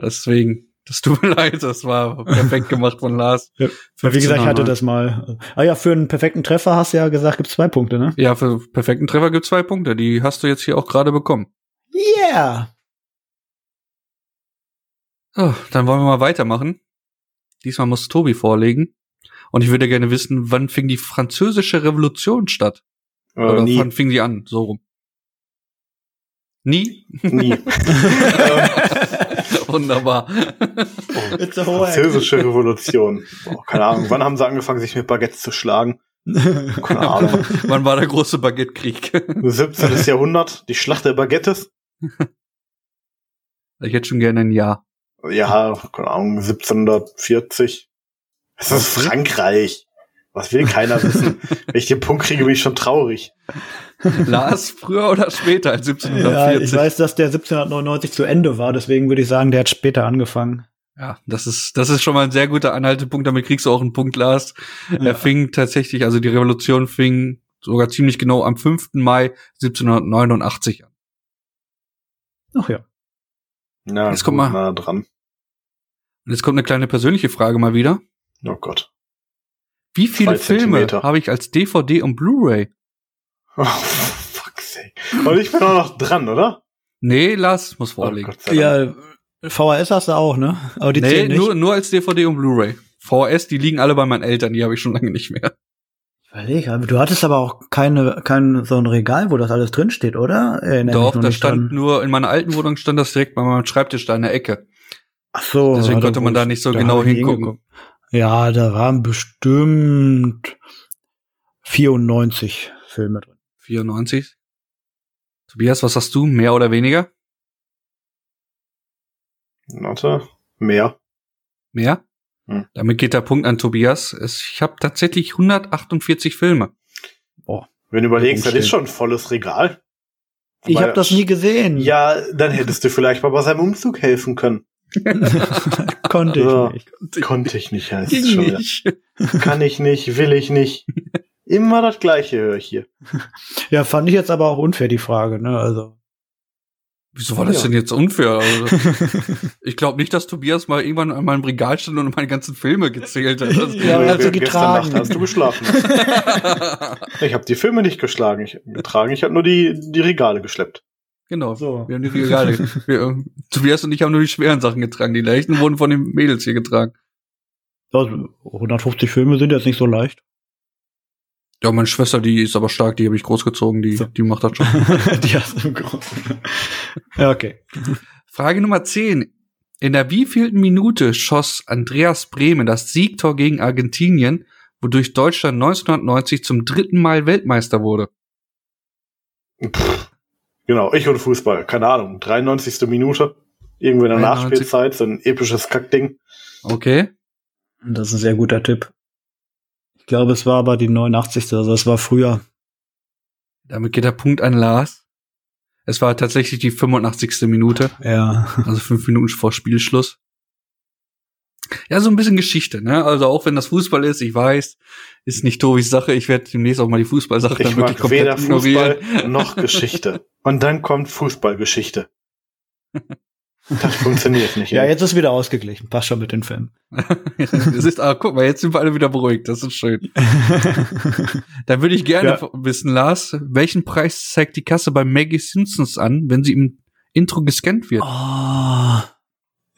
B: Deswegen, das tut mir leid, das war perfekt gemacht von Lars.
C: Ja, Weil, wie gesagt, ich hatte
B: 15,99.
C: das mal. Ah ja, für einen perfekten Treffer hast du ja gesagt, gibt's zwei Punkte, ne?
B: Ja, für perfekten Treffer gibt's zwei Punkte. Die hast du jetzt hier auch gerade bekommen.
C: Yeah!
B: So, Oh, dann wollen wir mal weitermachen. Diesmal muss Tobi vorlegen. Und ich würde gerne wissen, wann fing die französische Revolution statt?
D: Äh,
B: Oder
D: nie.
B: wann fing sie an? So rum. Nie?
D: nie.
B: Wunderbar.
D: Oh,
C: It's a
D: Französische Revolution. Boah, keine Ahnung. Wann haben sie angefangen, sich mit Baguettes zu schlagen? Keine Ahnung.
B: wann war der große Baguettekrieg?
D: 17. Jahrhundert, die Schlacht der Baguettes.
B: Ich hätte schon gerne ein Ja.
D: Ja, keine Ahnung, 1740. Es ist Frankreich. Was will keiner wissen? Wenn ich den Punkt kriege, bin ich schon traurig.
B: Lars, früher oder später als
C: Ja,
B: 1740.
C: ich weiß, dass der 1799 zu Ende war, deswegen würde ich sagen, der hat später angefangen.
B: Ja, das ist, das ist schon mal ein sehr guter Anhaltepunkt, damit kriegst du auch einen Punkt, Lars.
C: Ja.
B: Er fing tatsächlich, also die Revolution fing sogar ziemlich genau am 5. Mai 1789 an.
C: Ach ja.
D: Na,
B: Jetzt guck
D: gut,
B: mal.
D: nah dran.
B: Und jetzt kommt eine kleine persönliche Frage mal wieder.
D: Oh Gott.
B: Wie viele
D: Zwei
B: Filme
D: Zentimeter.
B: habe ich als DVD und Blu-ray?
D: Oh, fuck sake. Und ich bin auch noch dran, oder?
B: Nee, Lars muss
D: Oh,
B: vorlegen.
D: Gott sei Dank.
C: Ja, VHS hast du auch, ne? Aber die
B: nee,
C: zählen nicht.
B: nur, nur als DVD und Blu-ray. VHS, die liegen alle bei meinen Eltern, die habe ich schon lange nicht mehr.
C: Ich Überleg, aber du hattest aber auch keine, kein so ein Regal, wo das alles drin steht, oder? Erinnere mich
B: Doch,
C: noch
B: da
C: nicht
B: stand
C: dran.
B: nur, in meiner alten Wohnung stand das direkt bei meinem Schreibtisch da in der Ecke.
C: Ach so,
B: Deswegen konnte
C: warte,
B: man
C: wo
B: Oh, da
C: ich-
B: nicht so
C: da
B: genau
C: hab ich
B: hingucken.
C: hingeguckt. Ja, da waren bestimmt 94 Filme drin.
B: 94. Tobias, was hast du? Mehr oder weniger?
D: Warte. Mehr.
B: Mehr?
D: Hm.
B: Damit geht der Punkt an Tobias. Es, ich habe tatsächlich 148 Filme.
D: Wenn du überlegst, das
C: Rumstehen.
D: ist schon ein volles Regal.
C: Ich
D: Wobei-
C: habe das nie gesehen.
D: Ja, dann hättest du vielleicht mal bei seinem Umzug helfen können.
C: Konnte
D: Ja.
C: ich nicht.
D: Konnte ich nicht, heißt es
B: Ging
D: schon. wieder.
B: nicht.
D: Kann ich nicht, will ich nicht. Immer das Gleiche höre ich hier.
C: Ja, fand ich jetzt aber auch unfair, die Frage, ne? Also.
B: Wieso war das
D: Ja.
B: denn jetzt unfair? Also, ich glaube nicht, dass Tobias mal irgendwann an meinem Regal stand und meine ganzen Filme gezählt hat. Also,
C: Ja, er hat sie getragen.
D: Nacht hast du geschlafen. ich habe die Filme nicht geschlagen, ich, getragen. Ich habe nur die, die Regale geschleppt.
B: Genau.
C: So.
B: Wir haben die Regale. Wir, ähm, Tobias und ich haben nur die schweren Sachen getragen. Die leichten wurden von den Mädels hier getragen.
C: Also, 150 Filme sind jetzt nicht so leicht.
B: Ja, meine Schwester, die ist aber stark, die habe ich großgezogen, die,
C: So.
B: die macht das schon.
C: die hast du groß. ja, okay.
B: Frage Nummer 10. In der wievielten Minute schoss Andreas Bremen das Siegtor gegen Argentinien, wodurch Deutschland 1990 zum dritten Mal Weltmeister wurde?
D: Genau, ich und Fußball. Keine Ahnung, 93. Minute. Irgendwo in der
B: 93.
D: Nachspielzeit, so ein episches Kackding.
B: Okay.
C: Das ist ein sehr guter Tipp. Ich glaube, es war aber die 89. Also, es war früher.
B: Damit geht der Punkt an Lars. Es war tatsächlich die 85. Minute,
C: Ja.
B: also fünf Minuten vor Spielschluss. Ja, so ein bisschen Geschichte, ne? Also auch wenn das Fußball ist, ich weiß, ist nicht Tobis Sache. Ich werde demnächst auch mal die Fußballsache
D: Ich
B: dann wirklich
D: mag
B: komplett
D: weder
B: ignorieren.
D: Fußball noch Geschichte. Und dann kommt Fußballgeschichte. Das funktioniert nicht.
C: Ja, jetzt ist wieder ausgeglichen. Passt schon mit den Filmen.
B: Es ist, ah, guck mal, jetzt sind wir alle wieder beruhigt. Das ist schön. Dann würde ich gerne
D: Ja.
B: wissen, Lars, welchen Preis zeigt die Kasse bei Maggie Simpsons an, wenn sie im Intro gescannt wird?
C: oh.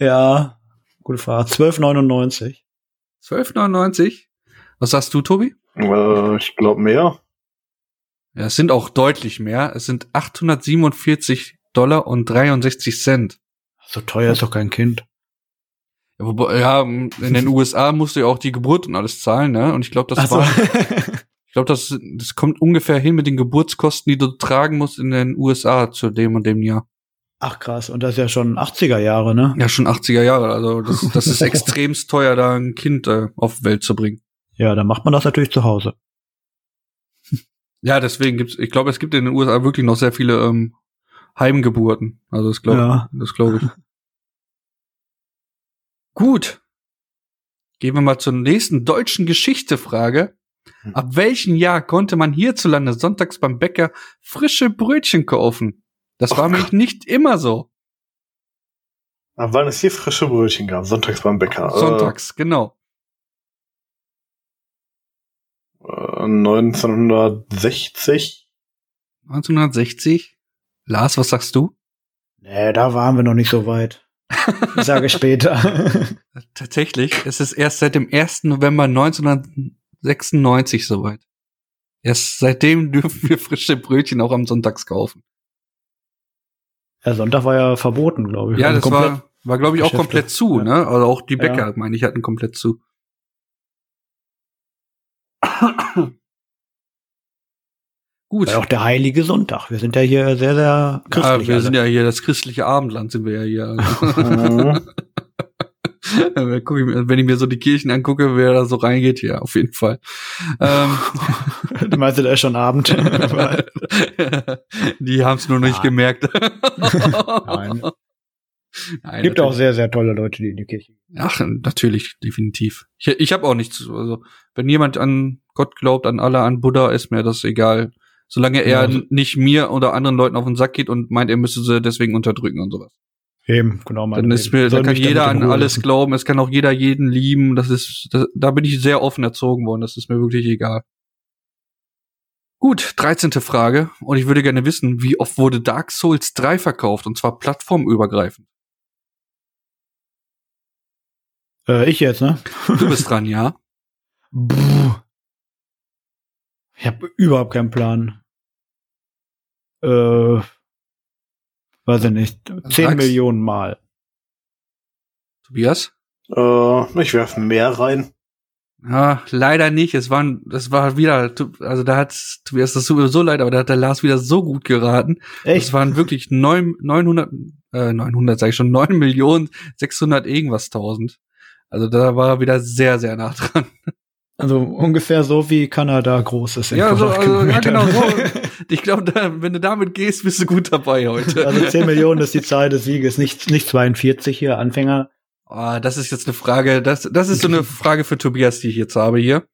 C: Ja. Gute Frage. 12,99.
B: 12,99? Was sagst du, Tobi?
D: Äh, ich glaube mehr.
B: Ja, es sind auch deutlich mehr. Es sind 847 Dollar und 63 Cent.
C: So teuer ist doch kein Kind.
B: Ja, wobei, ja, in den USA musst du ja auch die Geburt und alles zahlen, ne? Und ich glaube, das
C: Ach so.
B: war, ich glaube, das, das kommt ungefähr hin mit den Geburtskosten, die du tragen musst in den USA zu dem und dem Jahr.
C: Ach krass, und das ist ja schon 80er Jahre, ne?
B: Ja, schon 80er Jahre. Also, das, das ist extremst teuer, da ein Kind äh, auf die Welt zu bringen.
C: Ja, dann macht man das natürlich zu Hause.
B: Ja, deswegen gibt's, ich glaube, es gibt in den USA wirklich noch sehr viele ähm, Heimgeburten. Also das glaube
C: Ja.
B: das glaube ich. Gut. Gehen wir mal zur nächsten deutschen Geschichte-Frage.
D: Hm.
B: Ab welchem Jahr konnte man hierzulande sonntags beim Bäcker frische Brötchen kaufen? Das
D: Oh
B: war nämlich nicht immer so.
D: Aber wann es hier frische Brötchen gab, sonntags beim Bäcker.
B: Sonntags, genau.
D: Äh, äh, 1960.
B: 1960. Lars, was sagst du?
C: Nee, da waren wir noch nicht so weit. Ich sage später.
B: Tatsächlich, es ist erst seit dem 1. November 1996 soweit. Erst seitdem dürfen wir frische Brötchen auch am Sonntags kaufen.
C: ja, Sonntag war ja verboten, glaube ich.
B: Ja,
C: Also
B: das war, war glaube ich, auch
C: Geschäfte.
B: komplett zu,
C: Ja.
B: ne? Also auch die Bäcker,
C: Ja.
B: meine ich, hatten komplett zu. Gut.
C: war ja auch der heilige Sonntag. Wir sind ja hier sehr, sehr
B: Ah,
C: christlich.
B: wir sind
C: alle.
B: ja hier, das christliche Abendland sind wir ja hier. Also.
D: Mhm.
B: Dann guck ich mir- Wenn ich mir so die Kirchen angucke, wer da so reingeht, ja, auf jeden Fall. Ähm,
C: du Also, meinst, da ist schon Abend. Weil-
B: die haben es nur nicht
C: Ah.
B: gemerkt.
C: Nein.
B: Nein,
C: Gibt auch sehr, sehr tolle Leute, die in die Kirche gehen.
B: Ach, natürlich, definitiv. Ich, ich habe auch nichts. Also, wenn jemand an Gott glaubt, an Allah, an Buddha, ist mir das egal. Solange er
C: Ja, also-
B: n- nicht mir oder anderen Leuten auf den Sack geht und meint, er müsste sie deswegen unterdrücken und sowas.
C: Eben, genau.
B: Dann
C: meinetwegen.
B: ist mir,
C: Soll
B: dann kann
C: mich
B: jeder
C: damit in
B: an
C: Ruhe
B: alles
C: lassen.
B: glauben, es kann auch jeder jeden lieben. Das ist, das, da bin ich sehr offen erzogen worden. Das ist mir wirklich egal. Gut, 13. Frage. Und ich würde gerne wissen, wie oft wurde Dark Souls 3 verkauft? Und zwar plattformübergreifend.
C: Äh, ich jetzt, ne?
B: Du bist dran, ja?
C: Puh. Ich habe überhaupt keinen Plan. Äh, weiß ich nicht. 10
B: Sag's.
C: Millionen Mal.
B: Tobias?
D: Äh, ich werf mehr rein.
B: Ja, leider nicht. Es waren, das war wieder, also da hat Tobias das sowieso leid, aber da hat der Lars wieder so gut geraten. Es
C: Echt?
B: waren wirklich neun 900, äh, 900 sag ich schon, 9 Millionen 600 irgendwas tausend. Also da war er wieder sehr, sehr nah dran.
C: Also ungefähr so wie Kanada groß ist. in
B: Ja, so, also, ja, genau so.
C: Quadratkilometern.
B: Ich glaube, da, wenn du damit gehst, bist du gut dabei heute.
C: Also 10 Millionen ist die Zahl des Sieges, nicht, nicht 42 hier, Anfänger.
B: Ah, das ist jetzt eine Frage, das, das ist so eine Frage für Tobias, die ich jetzt habe hier.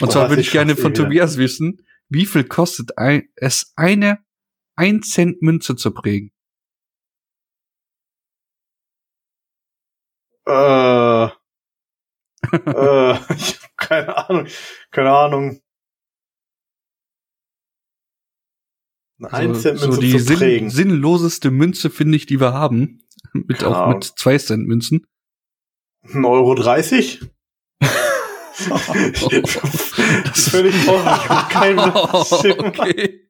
B: Und
D: Oh,
B: zwar
D: das
B: würde
D: ist
B: ich gerne
D: schon
B: von
D: viel, ja.
B: Tobias wissen, wie viel kostet ein, es eine 1 Cent Münze zu prägen?
D: Äh, äh, ich hab keine Ahnung. Keine Ahnung. Eine Einzelmünze
B: so die
D: zu
B: sinn-
D: prägen.
B: sinnloseste Münze finde ich, die wir haben. Mit, auch
D: Genau.
B: mit 2 Cent Münzen.
D: 1,30 Euro? Völlig offen. Ich hab
B: Oh,
D: keinen Schimmer.
B: okay.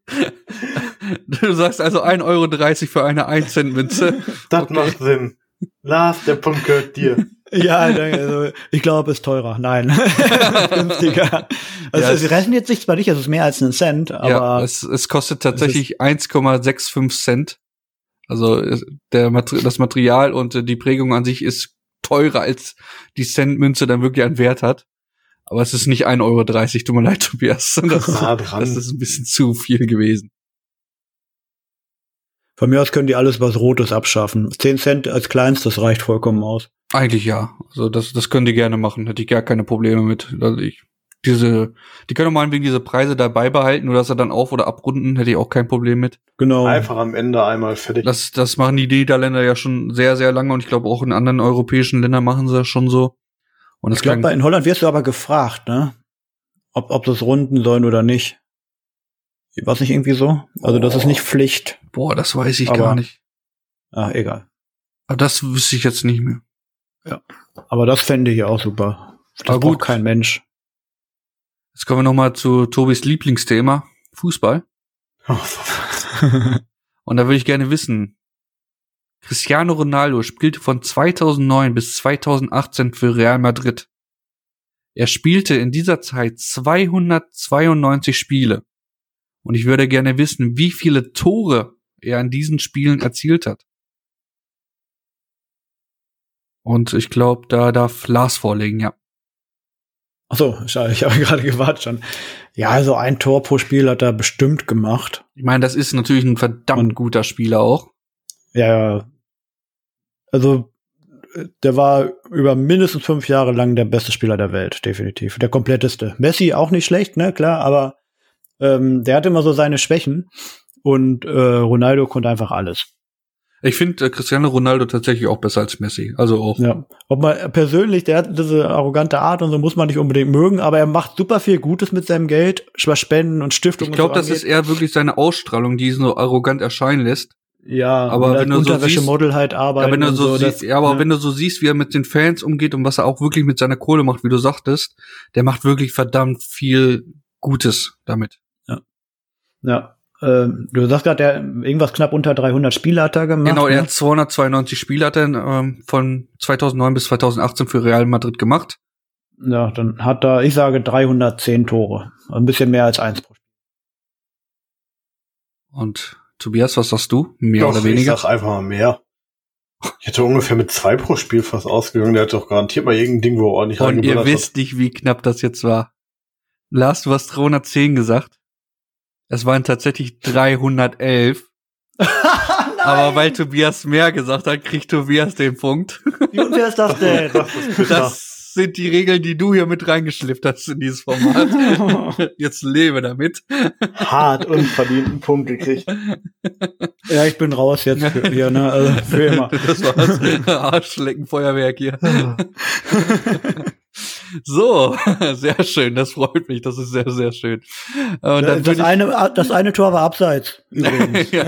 B: Du sagst also 1,30 Euro für eine 1 Cent Münze.
D: Das
B: Okay.
D: macht Sinn. Lars, der Punkt gehört dir.
C: Ja, danke, also, ich glaube, es ist teurer. Nein. Günstiger. Also
B: Ja,
C: es
B: es-
C: rechnet sich zwar nicht, also es ist mehr als einen Cent,
B: ja,
C: aber
B: es, es kostet tatsächlich 1,65 Cent. Also es- der Mater das Material und äh, die Prägung an sich ist teurer, als die Centmünze dann wirklich einen Wert hat. Aber es ist nicht 1,30 Euro, tut mir leid, Tobias. Das,
D: Nah dran.
B: das ist ein bisschen zu viel gewesen.
C: von mir aus können die alles was Rotes abschaffen. 10 Cent als kleinstes reicht vollkommen aus.
B: Eigentlich ja. Also das, das können die gerne machen. Hätte ich gar keine Probleme mit. Also ich, diese, die können auch meinetwegen diese Preise dabei behalten oder dass er dann auf- oder abrunden, hätte ich auch kein Problem mit.
C: Genau.
D: Einfach am Ende einmal fertig.
B: Das, das machen die Niederländer ja schon sehr, sehr lange und ich glaube auch in anderen europäischen Ländern machen sie das schon so. Und das
C: ich glaube,
B: klang,
C: in Holland wirst du aber gefragt, ne? Ob, ob das runden sollen oder nicht. War es nicht irgendwie so? Also, das ist
B: Oh.
C: nicht Pflicht.
B: boah, das weiß ich
C: Aber-
B: gar nicht.
C: Ach, egal.
B: Aber das wüsste ich jetzt nicht mehr.
C: Aber das fände ich auch super. Das
B: Aber Ah, gut.
C: braucht kein Mensch.
B: Jetzt kommen wir nochmal zu Tobis Lieblingsthema, Fußball. Und da würde ich gerne wissen, Cristiano Ronaldo spielte von 2009 bis 2018 für Real Madrid. Er spielte in dieser Zeit 292 Spiele. Und ich würde gerne wissen, wie viele Tore er in diesen Spielen erzielt hat. Und ich glaube, da darf Lars vorlegen, ja.
C: Ach so, schade, ich habe gerade gewartet schon. Ja, also ein Tor pro Spiel hat er bestimmt gemacht.
B: Ich meine, das ist natürlich ein verdammt
C: Und-
B: guter Spieler auch.
C: Ja, ja. Also, äh, der war über mindestens fünf Jahre lang der beste Spieler der Welt, definitiv. Der kompletteste. Messi auch nicht schlecht, ne, klar, aber ähm, der hatte immer so seine Schwächen. Und äh, Ronaldo konnte einfach alles.
B: Ich finde äh, Cristiano Ronaldo tatsächlich auch besser als Messi. Also auch.
C: Ja. Ob man persönlich, der hat diese arrogante Art und so muss man nicht unbedingt mögen, aber er macht super viel Gutes mit seinem Geld, was Spenden und Stiftungen.
B: Ich glaube,
C: und
B: das
C: so
B: ist eher wirklich seine Ausstrahlung, die ihn so arrogant erscheinen lässt.
C: ja,
B: aber
C: und
B: wenn
C: als
B: du so
C: Unterwäschemodel halt arbeiten.
B: Ja, wenn du
C: und
B: so, siehst,
C: das-
B: ja, aber
C: ne?
B: wenn du so siehst, wie er mit den Fans umgeht und was er auch wirklich mit seiner Kohle macht, wie du sagtest, der macht wirklich verdammt viel Gutes damit.
C: Ja. Ähm, du sagst gerade, der irgendwas knapp unter 300 Spiele hat er gemacht.
B: genau, er
C: ne?
B: hat 292 Spiele hat er ähm, von 2009 bis 2018 für Real Madrid gemacht.
C: Ja, dann hat er, ich sage 310 Tore. Ein bisschen mehr als eins pro Spiel.
B: Und Tobias, was sagst du? Mehr
D: Doch,
B: oder
D: Ich
B: weniger?
D: sag einfach mal mehr. Ich hätte ungefähr mit zwei pro Spiel fast ausgegangen. Der hat doch garantiert mal irgendein Ding, wo er ordentlich
B: Und ihr
D: reingeballert
B: wisst nicht, wie knapp das jetzt war. Lars, du hast 310 gesagt. Es waren tatsächlich 311. Aber weil Tobias mehr gesagt hat, kriegt Tobias den Punkt.
C: Wie unfair ist das denn?
B: Das sind die Regeln, die du hier mit reingeschlifft hast in dieses Format. Jetzt lebe damit.
D: hat. Hart unverdienten Punkt gekriegt.
C: ja, ich bin raus jetzt für, hier, ne? Also für immer.
B: Das war's. Arschleckenfeuerwerk hier. So, sehr schön. Das freut mich. Das ist sehr, sehr schön. Und dann
C: Das
B: würde
C: eine, ah, das eine Tor war abseits. Übrigens.
B: ich, ja,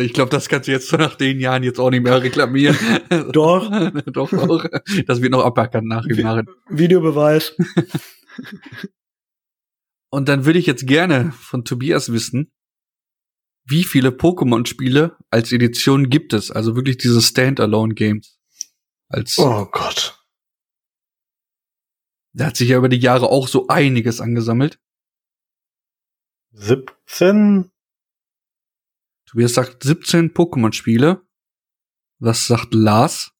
B: ich glaube, das kannst du jetzt so nach den Jahren jetzt auch nicht mehr reklamieren.
C: Doch,
B: Doch auch. Das wird noch aberkannt nachgemacht.
C: Videobeweis.
B: Und dann würde ich jetzt gerne von Tobias wissen, wie viele Pokémon-Spiele als Edition gibt es? Also wirklich diese Standalone-Games. Als,
D: Oh Gott.
B: da hat sich ja über die Jahre auch so einiges angesammelt.
D: 17?
B: Tobias sagt 17 Pokémon-Spiele. Was sagt Lars?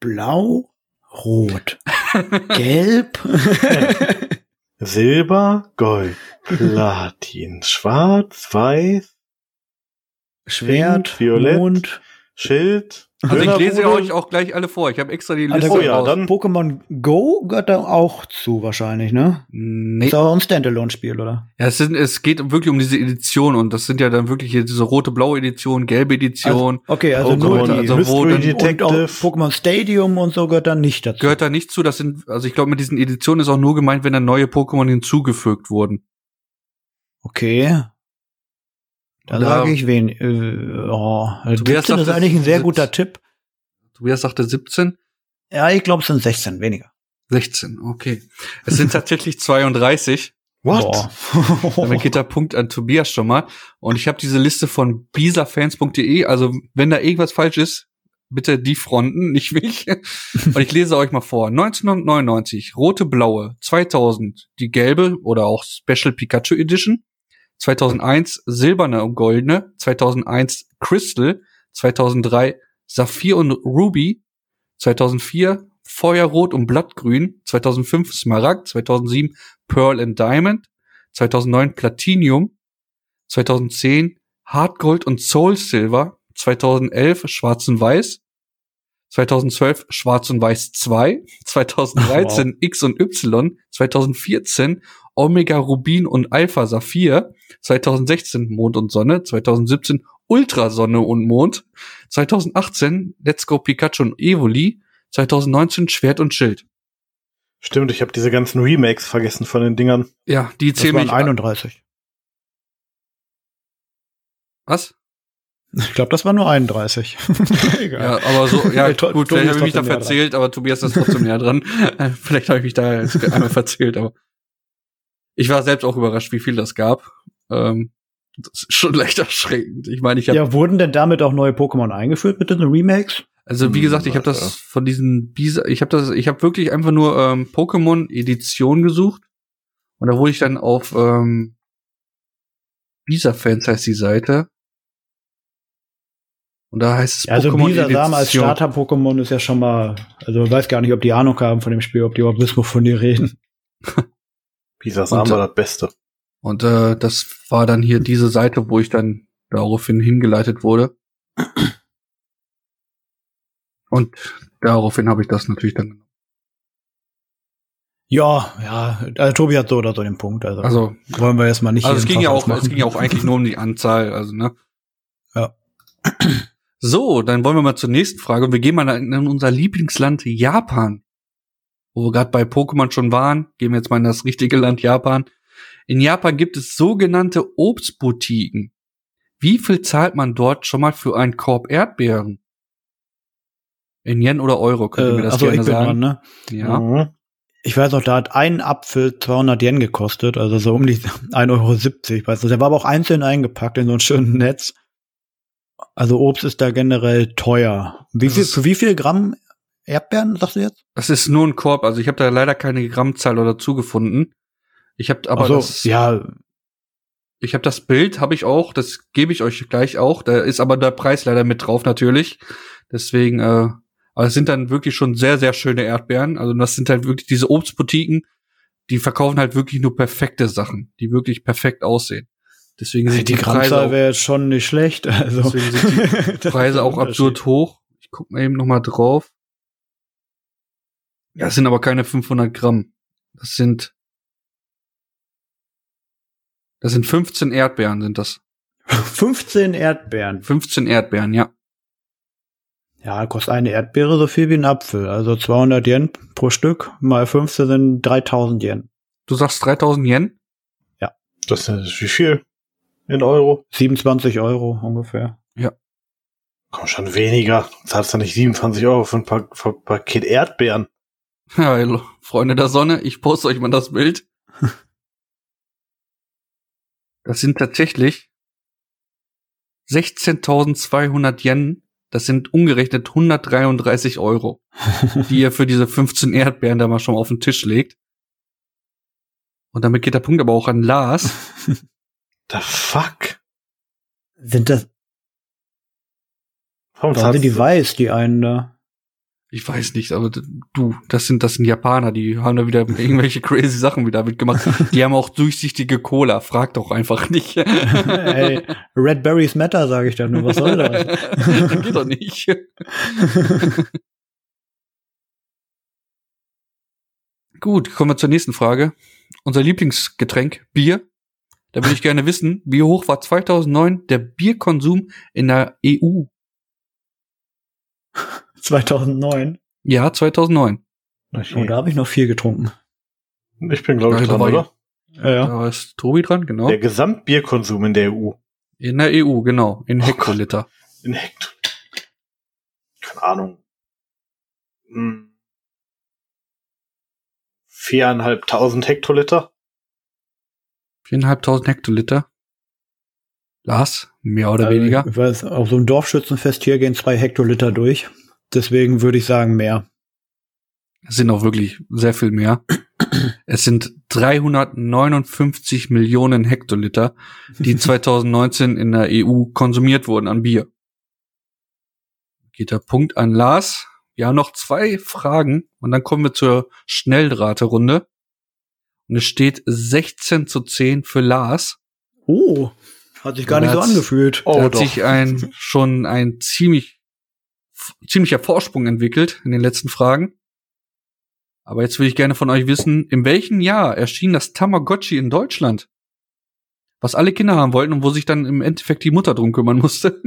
C: Blau, rot, gelb.
D: Silber, Gold, Platin, Schwarz, Weiß,
C: Schwert,
D: Violett.
C: Mond.
D: Schild.
B: Also ich
D: Dönerbude.
B: lese euch auch gleich alle vor. Ich habe extra die Liste
C: Alter,
D: Oh ja,
B: raus.
D: dann.
C: Pokémon Go gehört da auch zu wahrscheinlich, ne?
B: Nee.
C: Ist aber auch ein Standalone-Spiel, oder?
B: Ja, es, sind, es geht wirklich um diese Edition und das sind ja dann wirklich hier diese rote, blaue Edition, gelbe Edition.
C: Okay, also nur
B: Pokémon,
C: die.
B: also wo
D: Oh Mystery
B: dann-
C: und auch
D: Detective.
C: Pokémon Stadium und so gehört dann nicht dazu.
B: gehört da nicht zu. Das sind, also ich glaube, mit diesen Editionen ist auch nur gemeint, wenn dann neue Pokémon hinzugefügt wurden.
C: Okay. Da
B: Da-
C: sage ich wen. Äh, oh,
B: Tobias
C: 17
B: sagt, es
C: ist eigentlich ein sehr
B: sind-
C: guter Tipp.
B: Tobias sagte 17,
C: Ja, ich glaube, es sind 16, weniger.
B: 16, okay. Es sind tatsächlich 32.
D: What?
B: Damit
C: Boah.
B: geht der Punkt an Tobias schon mal. Und ich habe diese Liste von bisafans.de. Also wenn da irgendwas falsch ist, bitte die Fronten, nicht mich. Und ich lese euch mal vor. 1999, rote, blaue. 2000, die gelbe oder auch Special Pikachu Edition. 2001, silberne und goldene. 2001, Crystal. 2003, Saphir und Ruby. 2004, Feuerrot und Blattgrün. 2005, Smaragd. 2007, Pearl and Diamond. 2009 Platinium, 2010 Hartgold und Soul Silver, 2011 Schwarz und Weiß, 2012 Schwarz und Weiß 2, 2013 X und Y, 2014 Omega Rubin und Alpha Saphir, 2016 Mond und Sonne, 2017 Ultrasonne und Mond, 2018 Let's Go Pikachu und Evoli, 2019 Schwert und Schild.
D: Stimmt, ich habe diese ganzen Remakes vergessen von den Dingern.
B: Ja, die
C: Das
B: zählen
C: waren
B: mich.
C: 31.
B: Was?
C: Ich glaube, das waren nur 31.
B: Ja,
C: Egal.
B: aber so, ja,
C: Ja, to-
B: gut,
C: Tobi
B: vielleicht
C: ist
B: habe ich mich da
C: trotzdem näher dran.
B: verzählt, aber Tobias ist trotzdem näher dran. Äh, Vielleicht habe ich mich da jetzt einmal verzählt, aber ich war selbst auch überrascht, wie viel das gab. Ähm, das ist schon leicht erschreckend. Ich meine, ich
C: Ja.
B: habe,
C: wurden denn damit auch neue Pokémon eingeführt mit den Remakes?
B: also wie gesagt, ich habe das von diesen, Bisa- ich habe das, ich habe wirklich einfach nur ähm, Pokémon-Edition gesucht und da wurde ich dann auf ähm, Bisa-Fans heißt die Seite. Und da heißt es
C: Ja, also Bisa Sama als
B: Edition.
C: Starter-Pokémon ist ja schon mal, also man weiß gar nicht, ob die Ahnung haben von dem Spiel, ob die überhaupt wissen, wovon die reden.
D: Pisas
B: Und-
D: Arm war das Beste.
B: Und äh, das war dann hier diese Seite, wo ich dann daraufhin hingeleitet wurde. Und daraufhin habe ich das natürlich dann genommen.
C: Ja, ja, also Tobi hat so oder so den Punkt, also,
B: Also,
C: wollen wir jetzt mal nicht
B: also es
C: jeden
B: ging ja
C: Fass
B: auch, es
C: aufmachen.
B: ging ja auch eigentlich nur um die Anzahl, also ne.
C: Ja.
B: So, dann wollen wir mal zur nächsten Frage und wir gehen mal in unser Lieblingsland Japan. Wo wir gerade bei Pokémon schon waren, gehen wir jetzt mal in das richtige Land Japan. In Japan gibt es sogenannte Obstboutiquen. Wie viel zahlt man dort schon mal für einen Korb Erdbeeren? In Yen oder Euro, könnt ihr mir
C: äh,
B: das
C: also ich
B: gerne
C: bin dran,
B: sagen.
C: ne?
B: Ja.
D: Mhm.
C: Ich weiß noch, da hat ein Apfel 200 Yen gekostet, also so um die 1,70 Euro. Ich weiß nicht. Der war aber auch einzeln eingepackt in so ein schönes Netz. Also Obst ist da generell teuer. Wie
B: Das
C: viel,
B: ist-
C: für wie viel Gramm Erdbeeren, sagst du jetzt?
B: Das ist nur ein Korb, also ich habe da
C: Also,
B: leider keine Grammzahl oder dazu gefunden. Ich habe aber
C: Ach so,
B: das
C: ja,
B: Ich habe das Bild, habe ich auch, das gebe ich euch gleich auch. Da ist aber der Preis leider mit drauf natürlich. Deswegen, äh, aber es sind dann wirklich schon sehr, sehr schöne Erdbeeren. Also das sind halt wirklich diese Obstboutiquen, die verkaufen halt wirklich nur perfekte Sachen, die wirklich perfekt aussehen. Deswegen
C: Also
B: sind die,
C: die
B: Preise,
C: Grammzahl
B: auch,
C: wäre jetzt schon nicht schlecht. Also.
B: Deswegen sind
C: Das ist
B: Preise
C: ein
B: auch absurd
C: Unterschied.
B: hoch. Ich guck mal eben noch mal drauf. Ja, es sind aber keine 500 Gramm. Das sind das sind 15 Erdbeeren sind das.
C: 15 Erdbeeren.
B: 15 Erdbeeren, ja.
C: Ja, kostet eine Erdbeere so viel wie ein Apfel. Also 200 Yen pro Stück mal 15 sind 3000 Yen.
B: Du sagst 3000 Yen?
D: Das ist wie viel? In Euro?
C: 27 Euro ungefähr.
D: Komm schon weniger. Du Zahlst du nicht 27 Euro für ein pa für ein Paket Erdbeeren?
B: Ja, hallo, Freunde der Sonne, ich poste euch mal das Bild. Das sind tatsächlich 16.200 Yen. Das sind umgerechnet 133 Euro, die ihr für diese 15 Erdbeeren da mal schon auf den Tisch legt. Und damit geht der Punkt aber auch an Lars.
D: The fuck?
C: Sind das, warum
D: Warum
C: sind
D: zahlst
C: die
D: du?
C: weiß, die einen da?
B: Ich weiß nicht, aber d- du, das sind, das sind Japaner, die haben da wieder irgendwelche crazy Sachen wieder mitgemacht. Die haben auch durchsichtige Cola. Frag doch einfach nicht.
C: Ey, Red Berries Matter, sage ich dann nur. Was soll das?
B: Geht doch nicht. Gut, kommen wir zur nächsten Frage. Unser Lieblingsgetränk, Bier. Da würde ich gerne wissen, wie hoch war 2009 der Bierkonsum in der E EU?
C: 2009.
B: Ja, 2009.
C: Oh, da habe ich noch viel getrunken.
D: Ich bin, glaube ich,
B: Ja,
D: dran,
B: da war ich.
D: oder?
C: Ja.
B: Da ist Tobi dran, genau.
D: Der Gesamtbierkonsum in der E EU.
B: In der EU, genau. In
D: Oh
B: Hektoliter.
D: In Hekt. Keine Ahnung. Hm. Viereinhalbtausend Hektoliter?
B: Viereinhalbtausend Hektoliter. Lars, mehr oder
C: Also,
B: weniger.
C: Ich weiß, auf so einem Dorfschützenfest hier gehen zwei Hektoliter durch. Deswegen würde ich sagen mehr.
B: Es sind auch wirklich sehr viel mehr. Es sind 359 Millionen Hektoliter, die 2019 in der EU konsumiert wurden an Bier. Geht der Punkt an Lars. Wir haben noch zwei Fragen und dann kommen wir zur Schnellraterunde. Und es steht 16 zu 10 für Lars.
C: Oh, hat sich gar nicht so
B: Platz-
C: angefühlt.
B: Da
D: Oh,
B: hat
D: doch.
B: sich ein, schon ein ziemlich, f- ziemlicher Vorsprung entwickelt in den letzten Fragen. Aber jetzt will ich gerne von euch wissen, in welchem Jahr erschien das Tamagotchi in Deutschland? Was alle Kinder haben wollten und wo sich dann im Endeffekt die Mutter drum kümmern musste.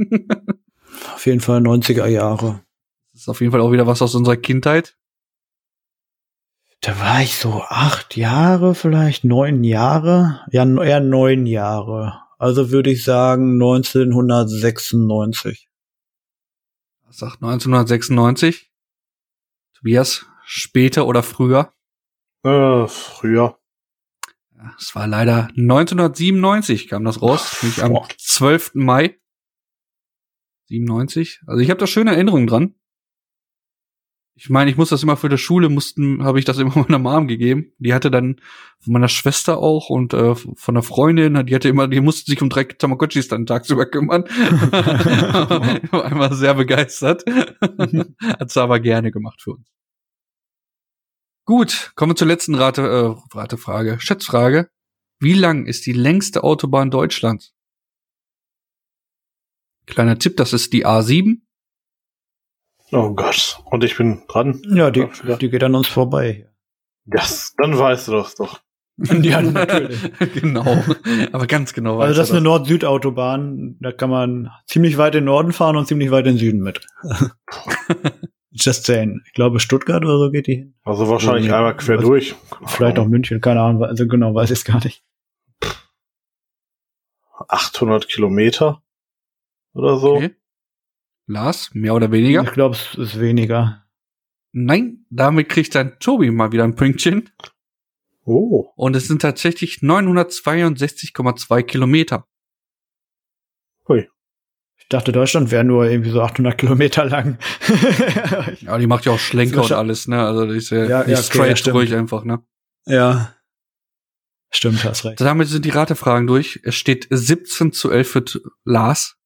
C: Auf jeden Fall 90er Jahre.
B: das ist auf jeden Fall auch wieder was aus unserer Kindheit.
C: Da war ich so acht Jahre, vielleicht neun Jahre. Ja, n- eher neun Jahre. Also würde ich sagen 1996.
B: Das sagt 1996. Tobias, später oder früher?
D: Äh, früher.
B: Ja, Es war leider 1997 kam das raus, nämlich am
D: Boah.
B: 12. Mai 97. Also ich habe da schöne Erinnerungen dran. Ich meine, ich muss das immer für die Schule mussten, habe ich das immer meiner Mom gegeben. Die hatte dann von meiner Schwester auch und äh, von einer Freundin, die hatte immer, die mussten sich um drei Tamagotchis dann tagsüber kümmern. ich war einmal sehr begeistert. Hat's aber gerne gemacht für uns. Gut, kommen wir zur letzten Rate, äh, Ratefrage, Schätzfrage. Wie lang ist die längste Autobahn Deutschlands? Kleiner Tipp, das ist die A7.
D: Oh Gott. Und ich bin dran.
C: Ja, die,
D: Ach, ja.
C: die geht an uns vorbei.
D: Das, dann weißt du das doch.
C: Ja, natürlich.
B: genau. Aber ganz genau. weiß
C: Also das ist
B: er
C: eine Nord-Süd-Autobahn. Da kann man ziemlich weit in den Norden fahren und ziemlich weit in den Süden mit. Just saying. Ich glaube, Stuttgart oder so geht die hin.
D: Also wahrscheinlich
C: Ja.
D: einmal quer
C: Also,
D: durch. Keine
C: Vielleicht auch
D: Ahnung.
C: München, keine Ahnung. Also genau, weiß ich es gar nicht.
D: 800 Kilometer oder so.
B: Okay. Lars, mehr oder weniger?
C: Ich glaube, es ist weniger.
B: Nein, damit kriegt dann Tobi mal wieder ein Pünktchen.
D: Oh.
B: Und es sind tatsächlich 962,2 Kilometer.
C: Ich dachte, Deutschland wäre nur irgendwie so 800 Kilometer lang.
B: Ja, die macht ja auch Schlenker und
C: Zwischen-
B: alles, ne? Also die ist ja,
C: Ja,
B: nicht
C: ja, okay, ja,
B: straight
C: stimmt.
B: durch einfach, ne?
C: ja. Stimmt, hast recht.
B: Damit sind die Ratefragen durch. Es steht 17 zu 11 für T- Lars.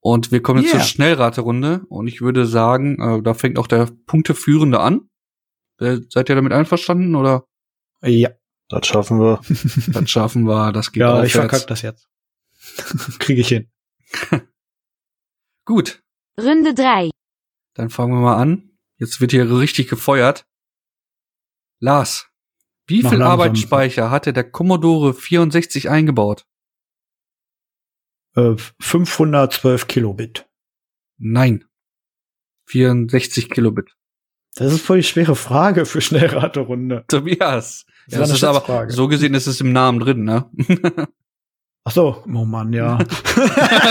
B: Und wir kommen jetzt
C: Yeah.
B: zur Schnellraterunde. Und ich würde sagen, äh, da fängt auch der Punkteführende an. Äh, seid ihr damit einverstanden oder?
C: Ja,
D: Das schaffen wir.
B: Das schaffen wir, das geht
C: ja
B: aufwärts.
C: ich verkack das jetzt. Kriege ich hin.
B: Gut,
A: Runde 3.
B: dann fangen wir mal an. Jetzt wird hier richtig gefeuert. Lars, wie
C: Mach
B: viel
C: langsam.
B: Arbeitsspeicher hatte der Commodore 64 eingebaut?
C: Äh, 512 Kilobit.
B: Nein. 64 Kilobit.
C: Das ist voll die schwere Frage für Schnellraterunde.
B: Tobias.
C: Das
B: Ja,
C: war
B: das
C: eine
B: ist aber,
C: Schätzfrage.
B: so gesehen ist es im Namen drin, ne?
C: Ach so. Oh Mann, ja.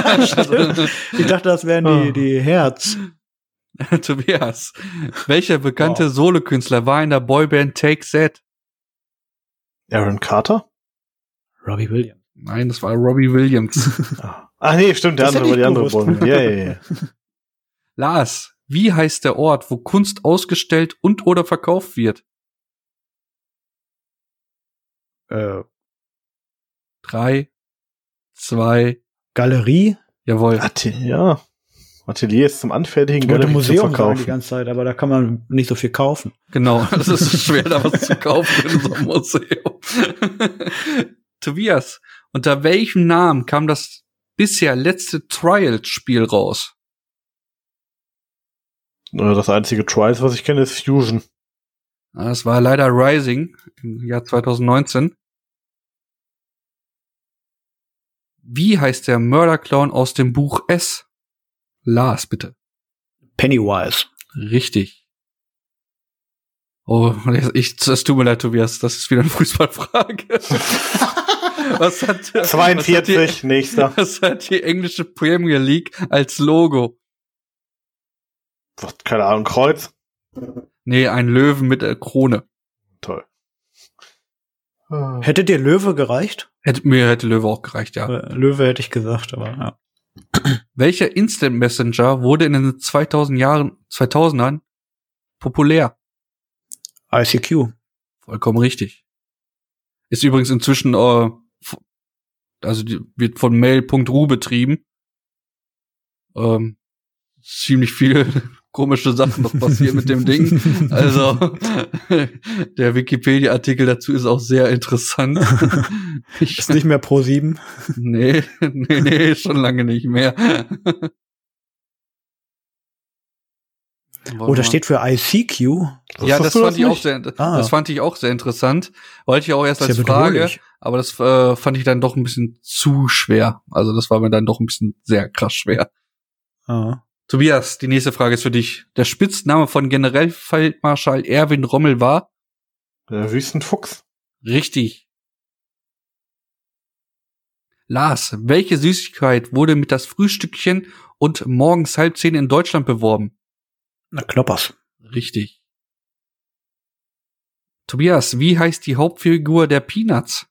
B: Also,
C: ich dachte, das wären
B: Ah.
C: die, die Herz.
B: Tobias, welcher bekannte
C: Wow.
B: Solokünstler war in der Boyband Take That?
D: Aaron Carter?
C: Robbie Williams.
B: Nein, das war Robbie Williams.
D: Ah Ah, nee, stimmt, der
C: Das
D: andere
C: hätte
D: war
C: ich
D: die andere
C: gewusst.
D: Bäume. Ja, ja, ja.
B: Lars, wie heißt der Ort, wo Kunst ausgestellt und oder verkauft wird?
C: Äh,
B: Drei, zwei,
C: Galerie.
B: jawohl.
D: Atte- ja. Ateliers zum Anfertigen,
C: Ich wollte
D: Galerie zum
C: Museum sagen die
D: Verkaufen.
C: ganze Zeit, aber da kann man nicht so viel kaufen.
B: Genau, das ist schwer, da was zu kaufen in so einem Museum. Tobias, unter welchem Namen kam das bisher letzte Trials-Spiel raus?
D: Äh, Das einzige Trials, was ich kenne, ist Fusion.
B: Ah, Es war leider Rising im Jahr 2019. Wie heißt der Mörderclown aus dem Buch S? Lars, bitte.
C: Pennywise.
B: Richtig. Oh, ich, es tut mir leid, Tobias, das ist wieder eine Fußballfrage. was hat,
D: 42,
B: Was
D: nächster.
B: hat, die, was hat die englische Premier League als Logo?
D: Was, Keine Ahnung, Kreuz.
B: Nee, ein Löwen mit der Krone.
D: Toll.
C: Hättet ihr Löwe gereicht?
B: Hätte, mir hätte Löwe auch gereicht, Ah. ja.
C: Äh, Löwe hätte ich gesagt, aber ja.
B: Welcher Instant Messenger wurde in den 2000 Jahren, 2000ern populär?
C: ICQ.
B: Vollkommen richtig. Ist übrigens inzwischen, äh, f- also die, wird von mail.ru betrieben. Ähm, ziemlich viele komische Sachen noch passieren mit dem Ding. Also der Wikipedia-Artikel dazu ist auch sehr interessant. Ich,
C: Ist nicht mehr Pro 7.
B: nee, nee, nee, schon lange nicht mehr.
C: Oh, das steht für ICQ.
B: Ja,
D: Wusstest
B: das
D: du
B: fand ich auch
D: nicht?
B: sehr,
C: Ah.
B: das fand ich auch sehr interessant. Wollte ich auch erst als
C: Ist ja
B: Frage,
C: bedrohlich.
B: aber das äh, fand ich dann doch ein bisschen zu schwer. Also das war mir dann doch ein bisschen sehr krass schwer.
C: Ah.
B: Tobias, die nächste Frage ist für dich. Der Spitzname von Generalfeldmarschall Erwin Rommel war
D: Der Wüstenfuchs.
B: richtig. Lars, welche Süßigkeit wurde mit das Frühstückchen und morgens halb zehn in Deutschland beworben?
C: Na, Knoppers.
B: Richtig. Tobias, wie heißt die Hauptfigur der Peanuts?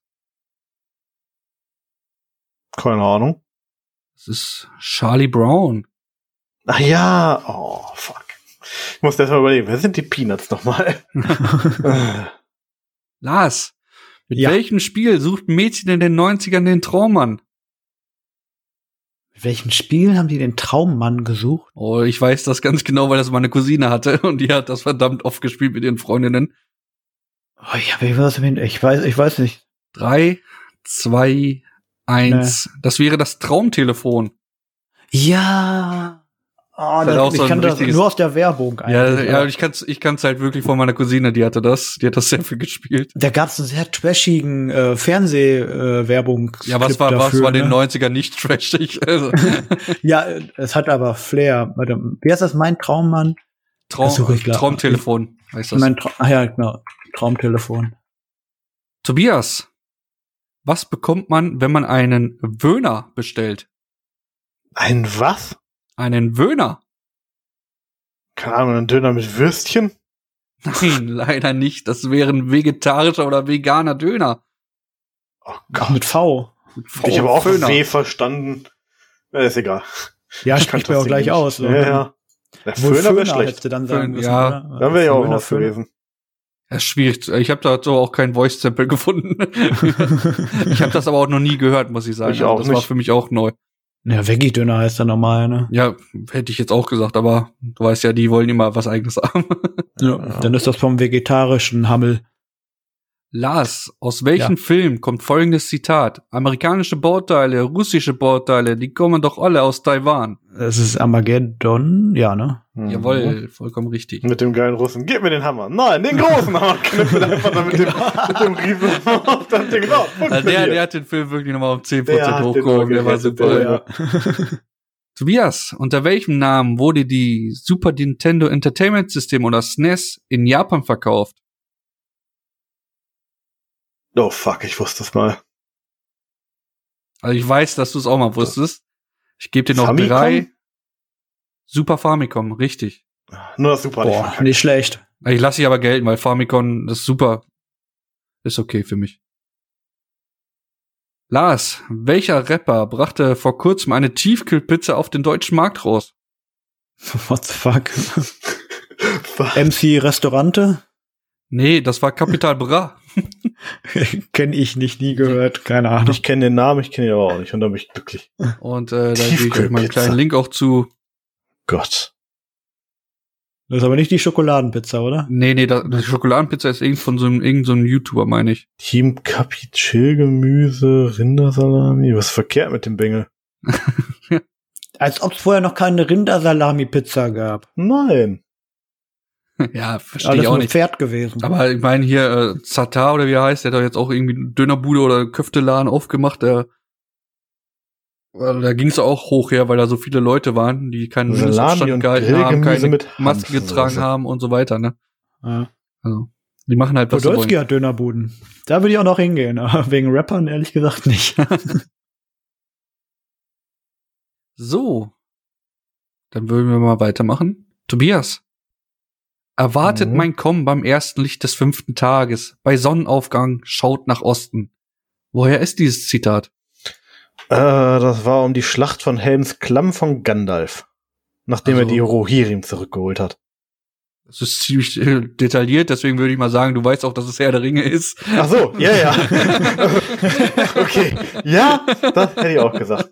D: Keine Ahnung.
B: Das ist Charlie Brown.
D: Ach ja, oh, fuck. Ich muss erst mal überlegen, wer sind die Peanuts nochmal? Äh,
B: Lars, mit
C: Ja.
B: welchem Spiel sucht ein Mädchen in den 90ern den Traummann?
C: Mit welchem Spiel haben die den Traummann gesucht?
B: Oh, ich weiß das ganz genau, weil das meine Cousine hatte und die hat das verdammt oft gespielt mit ihren Freundinnen.
C: Oh, ich, hab, ich, weiß, ich, weiß, ich weiß nicht.
B: Drei, zwei, eins. Das wäre das Traumtelefon.
C: Ja. Oh,
B: Das hat halt auch
C: das,
B: so
C: ich
B: ein
C: kann das
B: richtiges-
C: nur aus der Werbung
B: Ja,
C: eigentlich.
B: ja,
C: aber-
B: ich kann's, ich kann's halt wirklich von meiner Cousine, die hatte das, die hat das sehr viel gespielt.
C: da gab es einen sehr trashigen äh, Fernsehwerbung. Äh,
B: Ja, was war, was war
C: ne?
B: den 90ern nicht trashig? Also,
C: Ja, äh, es hat aber Flair. Warte, wer ist das? Mein Traummann?
B: Traum,
C: Das suche Also, ich gleich.
B: Traumtelefon heißt das.
C: Mein Tra Ach ja, genau. Traumtelefon.
B: Tobias, was bekommt man, wenn man einen Wöhner bestellt?
D: Ein was?
B: Einen Wöhner?
D: Keine Ahnung, ein Döner mit Würstchen?
B: Nein, leider nicht. Das wäre ein vegetarischer oder veganer Döner.
D: Oh
C: Ach,
D: Gott.
C: mit V.
D: ich habe auch
B: Wöhner.
D: W verstanden. Ja, ist egal.
C: Ja,
D: Ich
C: spricht
D: kann
C: mir auch
D: trotzdem
C: gleich
D: nicht.
C: aus. so.
D: Ja, ja. Der
C: Obwohl
D: Föhner wäre
C: Föhner
D: schlecht.
C: hättest du dann sagen
B: Föhn,
C: müssen,
B: ja.
C: oder?
D: Dann wäre ich auch
C: Föhner,
D: raus
C: Föhner.
D: gewesen.
B: Das ist schwierig. zu- Ich habe dazu auch kein Voice-Sample gefunden. ich habe das aber auch noch nie gehört, muss ich sagen. Also
D: Ich auch
B: das war
D: nicht.
B: für mich auch neu.
C: Ja, Veggie-Döner heißt der normal, ne?
B: Ja, hätte ich jetzt auch gesagt, aber du weißt ja, die wollen immer was eigenes haben.
C: Ja. Dann ist das vom vegetarischen Hammel.
B: Lars, aus welchem Film kommt folgendes Zitat? Amerikanische Bauteile, russische Bauteile, die kommen doch alle aus Taiwan.
C: Es ist Armageddon, ja, ne?
D: Mhm.
B: Hm. Jawohl, vollkommen richtig.
D: Mit dem geilen Russen. Gib mir den Hammer. Nein, den großen Hammer. Knüppel einfach da mit dem,
C: Genau.
D: mit dem Riesenhammer auf das Ding. Genau, Punkt
B: Also
D: für
B: der,
D: dir.
B: der hat den Film wirklich nochmal um 10%
D: Der hat den
B: hochgehoben, der war
D: gerettet,
B: super.
D: der, Oh, ja.
B: Tobias, unter welchem Namen wurde die Super Nintendo Entertainment System oder SNES in Japan verkauft?
D: Oh fuck, ich wusste es mal.
B: Also ich weiß, dass du es auch mal wusstest. Ich gebe dir noch
D: Famicom?
B: drei. Super Famicom, richtig.
D: Nur das Super.
C: Boah, nicht schlecht.
B: Ich lasse dich aber gelten, weil Famicom das ist super. Ist okay für mich. Lars, welcher Rapper brachte vor kurzem eine Tiefkühlpizza auf den deutschen Markt raus?
C: What the fuck?
D: Was?
C: MC Restaurante?
B: Nee, das war Capital Bra.
C: Kenn ich nicht, nie gehört, keine Ahnung.
D: Ich kenne den Namen, ich kenne ihn aber auch nicht. Und dann bin ich glücklich.
B: Und äh, da gebe ich euch mal einen
D: Tiefkühlpizza.
B: kleinen Link auch zu.
D: Gott.
C: Das ist aber nicht die Schokoladenpizza, oder?
B: Nee, nee, das, die Schokoladenpizza ist irgend von so einem, irgend so einem YouTuber, meine ich.
D: Team Capi, Chillgemüse, Rindersalami. Was ist verkehrt mit dem Bengel?
C: Als ob es vorher noch keine Rindersalami-Pizza gab.
D: Nein.
B: ja, verstehe
C: Alles
B: ich auch
C: nur
B: nicht.
C: Pferd gewesen.
B: Aber halt, ich meine hier, äh, Zatar oder wie er heißt, der hat doch jetzt auch irgendwie einen Dönerbude oder Köfteladen aufgemacht. Der, weil da ging es auch hoch her, weil da so viele Leute waren, die keinen
D: Salami
B: Mindestabstand
D: und
B: gehalten haben,
D: Grillgemüse
B: keine
D: mit
B: Masken
D: Hanfsoße.
B: getragen haben und so weiter. Ne?
C: ja.
B: Also, die machen halt was sie
C: Podolski
B: wollen.
C: hat Dönerbuden. Da würde ich auch noch hingehen, aber wegen Rappern ehrlich gesagt nicht.
B: So, dann würden wir mal weitermachen. Tobias, erwartet
D: Mhm.
B: mein Kommen beim ersten Licht des fünften Tages. Bei Sonnenaufgang schaut nach Osten. Woher ist dieses Zitat?
D: Äh, das war um die Schlacht von Helms Klamm von Gandalf. Nachdem er
B: Also-
D: die Rohirrim zurückgeholt hat.
B: Das ist ziemlich äh, detailliert, deswegen würde ich mal sagen, du weißt auch, dass es Herr der Ringe ist.
D: Ach so, ja, ja. okay. Ja, das hätte ich auch gesagt.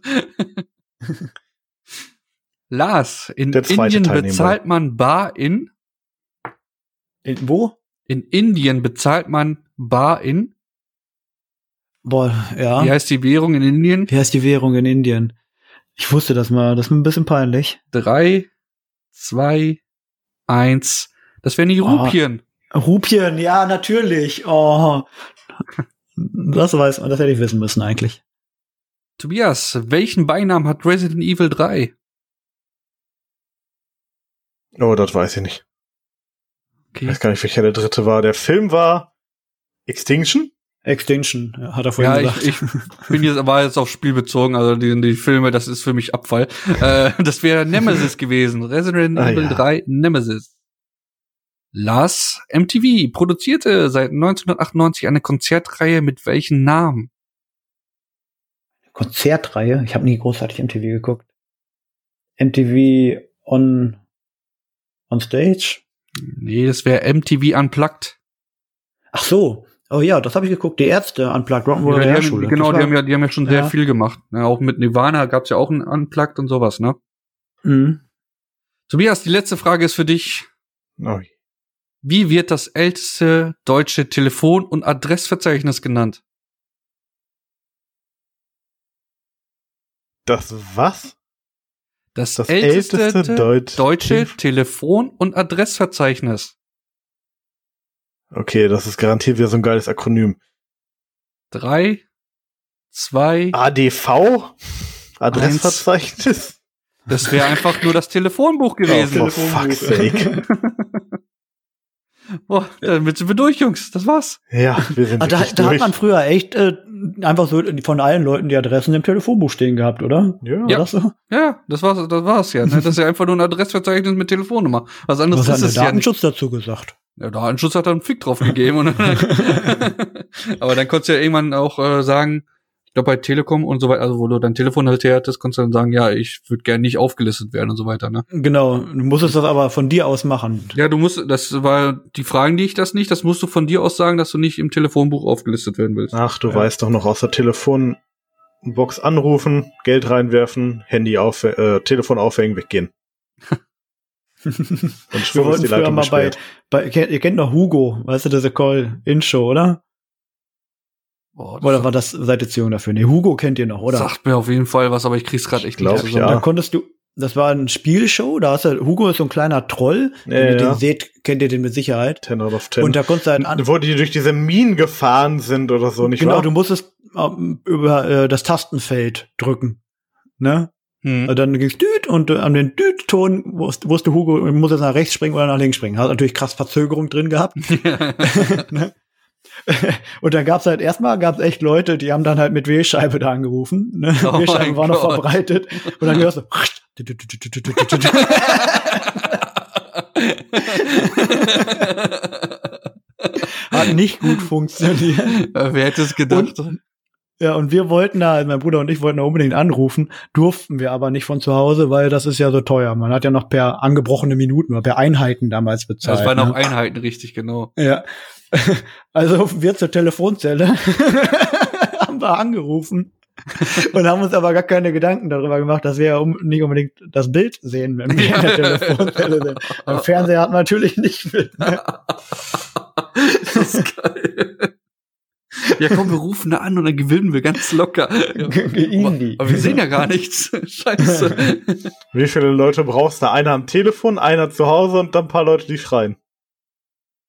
B: Lars, in
D: Der zweite
B: Indien
D: Teilnehmer.
B: bezahlt man Bar in.
C: In, wo?
B: In Indien bezahlt man Bar in.
C: Boah, ja.
B: Wie heißt die Währung in Indien?
C: Wie heißt die Währung in Indien? Ich wusste das mal, das ist mir ein bisschen peinlich.
B: Drei, zwei, eins. Das wären die
D: Ah.
C: Oh.
B: Rupien.
C: Rupien, ja, natürlich. Oh. Das weiß man, das hätte ich wissen müssen eigentlich.
B: Tobias, welchen Beinamen hat Resident Evil 3?
D: Oh, das weiß ich nicht. Ich
B: Okay.
D: weiß gar nicht, welcher der dritte war. Der Film war Extinction?
C: Extinction, ja, hat er vorhin
B: Ja,
C: gesagt.
B: ich, ich bin jetzt, war jetzt auf Spiel bezogen, also die, die Filme, das ist für mich Abfall. äh, das wäre Nemesis gewesen. Resident
D: Ah,
B: Evil
D: ja.
B: 3 Nemesis. Lars MTV produzierte seit 1998 eine Konzertreihe mit welchen Namen?
C: Konzertreihe, ich habe nie großartig MTV geguckt. MTV on on stage?
B: Nee, das wäre MTV Unplugged.
C: Ach so. Oh ja, das habe ich geguckt. Die Ärzte an Plug
B: Ja,
C: Rock'n'Roll in
B: die
C: der
B: haben,
C: Schule.
B: genau, die haben, ja, die haben ja schon sehr
C: Ja.
B: viel gemacht. Ja, auch mit Nirvana gab's ja auch ein Unplugged und sowas, ne?
C: Mhm.
B: Tobias, die letzte Frage ist für dich.
D: Oh,
B: Wie wird das älteste deutsche Telefon- und Adressverzeichnis genannt?
D: das was?
B: Das,
D: Das
B: älteste,
D: älteste
B: te-
D: Deutsch-
B: deutsche
D: Telef-
B: Telefon- und Adressverzeichnis.
D: Okay, das ist garantiert wieder so ein geiles Akronym.
B: Drei, zwei,
D: Ah. ADV? Adressverzeichnis?
B: das wäre einfach nur das Telefonbuch gewesen.
D: Oh, for fuck's sake.
B: Boah, damit sind wir durch, Jungs. Das war's.
D: Ja, wir sind
C: Ah, da,
D: wirklich
C: da hat
D: durch.
C: man früher echt äh, einfach so von allen Leuten die Adressen im Telefonbuch stehen gehabt, oder?
D: ja.
C: War das so?
B: Ja, das war's, das war's ja. Ne? Das ist ja einfach nur ein Adressverzeichnis mit Telefonnummer. Was anderes
C: Was hat
B: ist
C: der
B: es ja nicht.
C: Datenschutz dazu gesagt?
B: Ja, der Datenschutz hat da einen Fick drauf gegeben. Und Aber dann konntest du ja irgendwann auch äh, sagen, glaube bei Telekom und so weiter, also wo du dein Telefon halt her hattest, konntest du dann sagen, ja, ich würde gerne nicht aufgelistet werden und so weiter, ne?
C: Genau, du musstest das aber von dir aus machen.
B: Ja, du musst, das war, die fragen dich das nicht, das musst du von dir aus sagen, dass du nicht im Telefonbuch aufgelistet werden willst.
D: Ach, du
C: Ja.
D: weißt doch noch aus der Telefonbox anrufen, Geld reinwerfen, Handy auf, äh, Telefon aufhängen, weggehen. Dann
C: Wir
D: schwimmt
C: wollten
D: die
C: früher
D: Leitung
C: mal bei,
D: gesperrt.
C: bei, ihr kennt- ihr kennt noch Hugo, weißt du, diese Call-In-Show, oder?
B: Boah, das
C: Oder war das seid ihr zu jung dafür? Nee, Hugo kennt ihr noch, oder?
B: sagt mir auf jeden Fall was, aber ich krieg's gerade echt
D: Ich glaub,
B: nicht
D: ja.
C: Da konntest du, das war ein Spielshow, da hast du, Hugo ist so ein kleiner Troll. Wenn
D: Ja,
C: ihr
D: ja.
C: den seht, kennt ihr den mit Sicherheit.
D: 10 out of 10.
C: Und da konntest du einen an.
D: wo die durch diese Minen gefahren sind oder so, nicht
C: Genau,
D: wahr?
C: du musstest ähm, über äh, das Tastenfeld drücken. Ne?
B: Hm.
C: Also Dann ging's düt und äh, an den Düt-Ton wusst- wusste Hugo, muss jetzt nach rechts springen oder nach links springen. Hat natürlich krass Verzögerung drin gehabt. ne? Und dann gab's halt erstmal gab's echt Leute, die haben dann halt mit Wählscheibe da angerufen. Ne?
B: Oh mein
C: Wählscheibe war noch
B: Gott.
C: verbreitet. Und dann hörst du. Hat nicht gut funktioniert.
B: Wer hätte es gedacht?
C: Ja, und wir wollten da, also mein Bruder und ich wollten da unbedingt anrufen, durften wir aber nicht von zu Hause, weil das ist ja so teuer. Man hat ja noch per angebrochene Minuten oder per Einheiten damals bezahlt.
B: das waren auch
C: ne?
B: Einheiten, richtig, genau.
C: Ja. Also rufen wir zur Telefonzelle, haben wir angerufen und haben uns aber gar keine Gedanken darüber gemacht, dass wir ja um, nicht unbedingt das Bild sehen, wenn wir in der Telefonzelle sind. Am Fernseher hat man natürlich nicht mit. Ne?
B: Das ist geil. Ja, komm, wir rufen da an und dann gewinnen wir ganz locker.
C: Ge- ge- easy.
B: Aber wir sehen ja gar nichts. Scheiße.
D: Wie viele Leute brauchst du? Einer am Telefon, einer zu Hause und dann ein paar Leute, die schreien.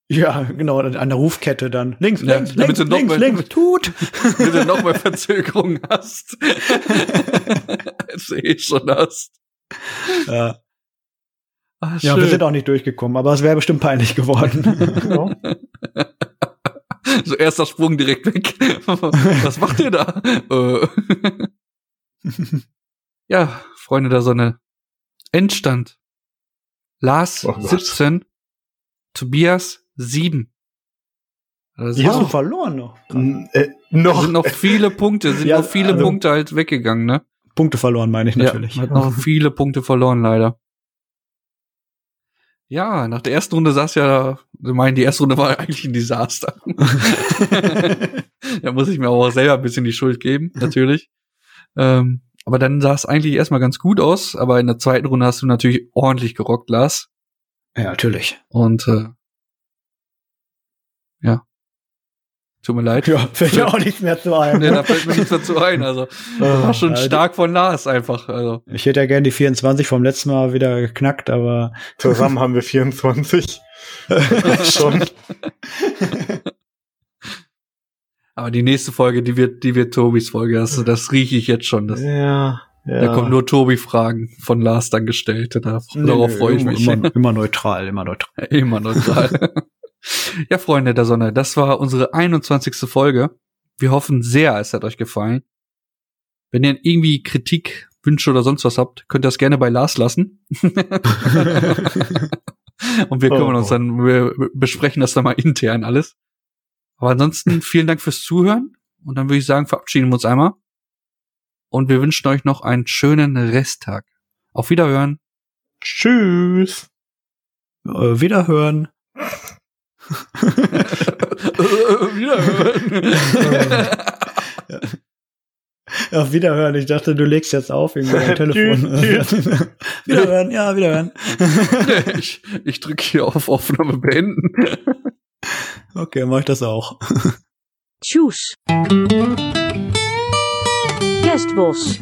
C: Ja, genau, dann an der Rufkette dann. Links,
B: Ja,
C: links,
B: damit
C: links,
B: du noch
C: links,
B: mal-
C: links, tut.
B: Wenn du nochmal Verzögerung hast. Als du eh schon hast.
C: Ja.
B: Ah,
C: Ja,
B: schön.
C: wir sind auch nicht durchgekommen, aber es wäre bestimmt peinlich geworden.
D: Ja.
B: So erster Sprung direkt weg. Was macht ihr da? Äh. ja, Freunde der Sonne. Endstand. Lars
D: Oh Gott.
B: 17, Tobias 7. Also
C: Hast du
B: sind,
C: verloren noch?
D: N- äh,
B: noch,
C: Also-
D: noch.
B: sind noch viele Punkte, sind
C: Oh. Ja,
B: noch viele
C: also-
B: Punkte halt weggegangen, ne?
C: Punkte verloren, meine ich natürlich.
B: Ja, hat noch viele Punkte verloren, leider. Ja, nach der ersten Runde saß ja, ich meine, die erste Runde war eigentlich ein Desaster. da muss ich mir aber auch selber ein bisschen die Schuld geben, natürlich. ähm, aber dann sah es eigentlich erstmal ganz gut aus, aber in der zweiten Runde hast du natürlich ordentlich gerockt, Lars.
C: Ja, natürlich.
B: Und äh, ja. Tut mir leid.
C: Ja, fällt ja auch nichts mehr zu
B: Nee,
C: ein.
B: da fällt mir nichts dazu ein. Also war
D: Ah,
B: schon
C: Alter.
B: stark von Lars einfach. Also.
C: Ich hätte ja gerne die 24 vom letzten Mal wieder geknackt, aber
D: zusammen haben wir 24. schon.
B: Aber die nächste Folge, die wird, die wird Tobis Folge. Das, das rieche ich jetzt schon. Das,
D: Ja, ja.
B: Da kommen nur Tobi-Fragen von Lars dann gestellt. Da, darauf freue ich
C: immer,
B: mich
C: Immer, immer neutral, immer neutral.
B: immer neutral. ja, Freunde der Sonne, das war unsere 21. Folge. Wir hoffen sehr, es hat euch gefallen. Wenn ihr irgendwie Kritik, Wünsche oder sonst was habt, könnt ihr das gerne bei Lars lassen. Und wir kümmern
D: Oh.
B: uns dann, wir besprechen das dann mal intern alles. Aber ansonsten vielen Dank fürs Zuhören. Und dann würde ich sagen, verabschieden wir uns einmal. Und wir wünschen euch noch einen schönen Resttag. Auf Wiederhören.
D: Tschüss.
C: Äh, Wiederhören.
B: Wiederhören.
C: Auf Wiederhören. Ich dachte, du legst jetzt auf wegen deinem Telefon.
D: Tschüss,
C: wiederhören, ja, wiederhören.
B: ich ich drücke hier auf Aufnahme beenden.
C: Okay, mach ich das auch.
A: Tjus. Kerstbos.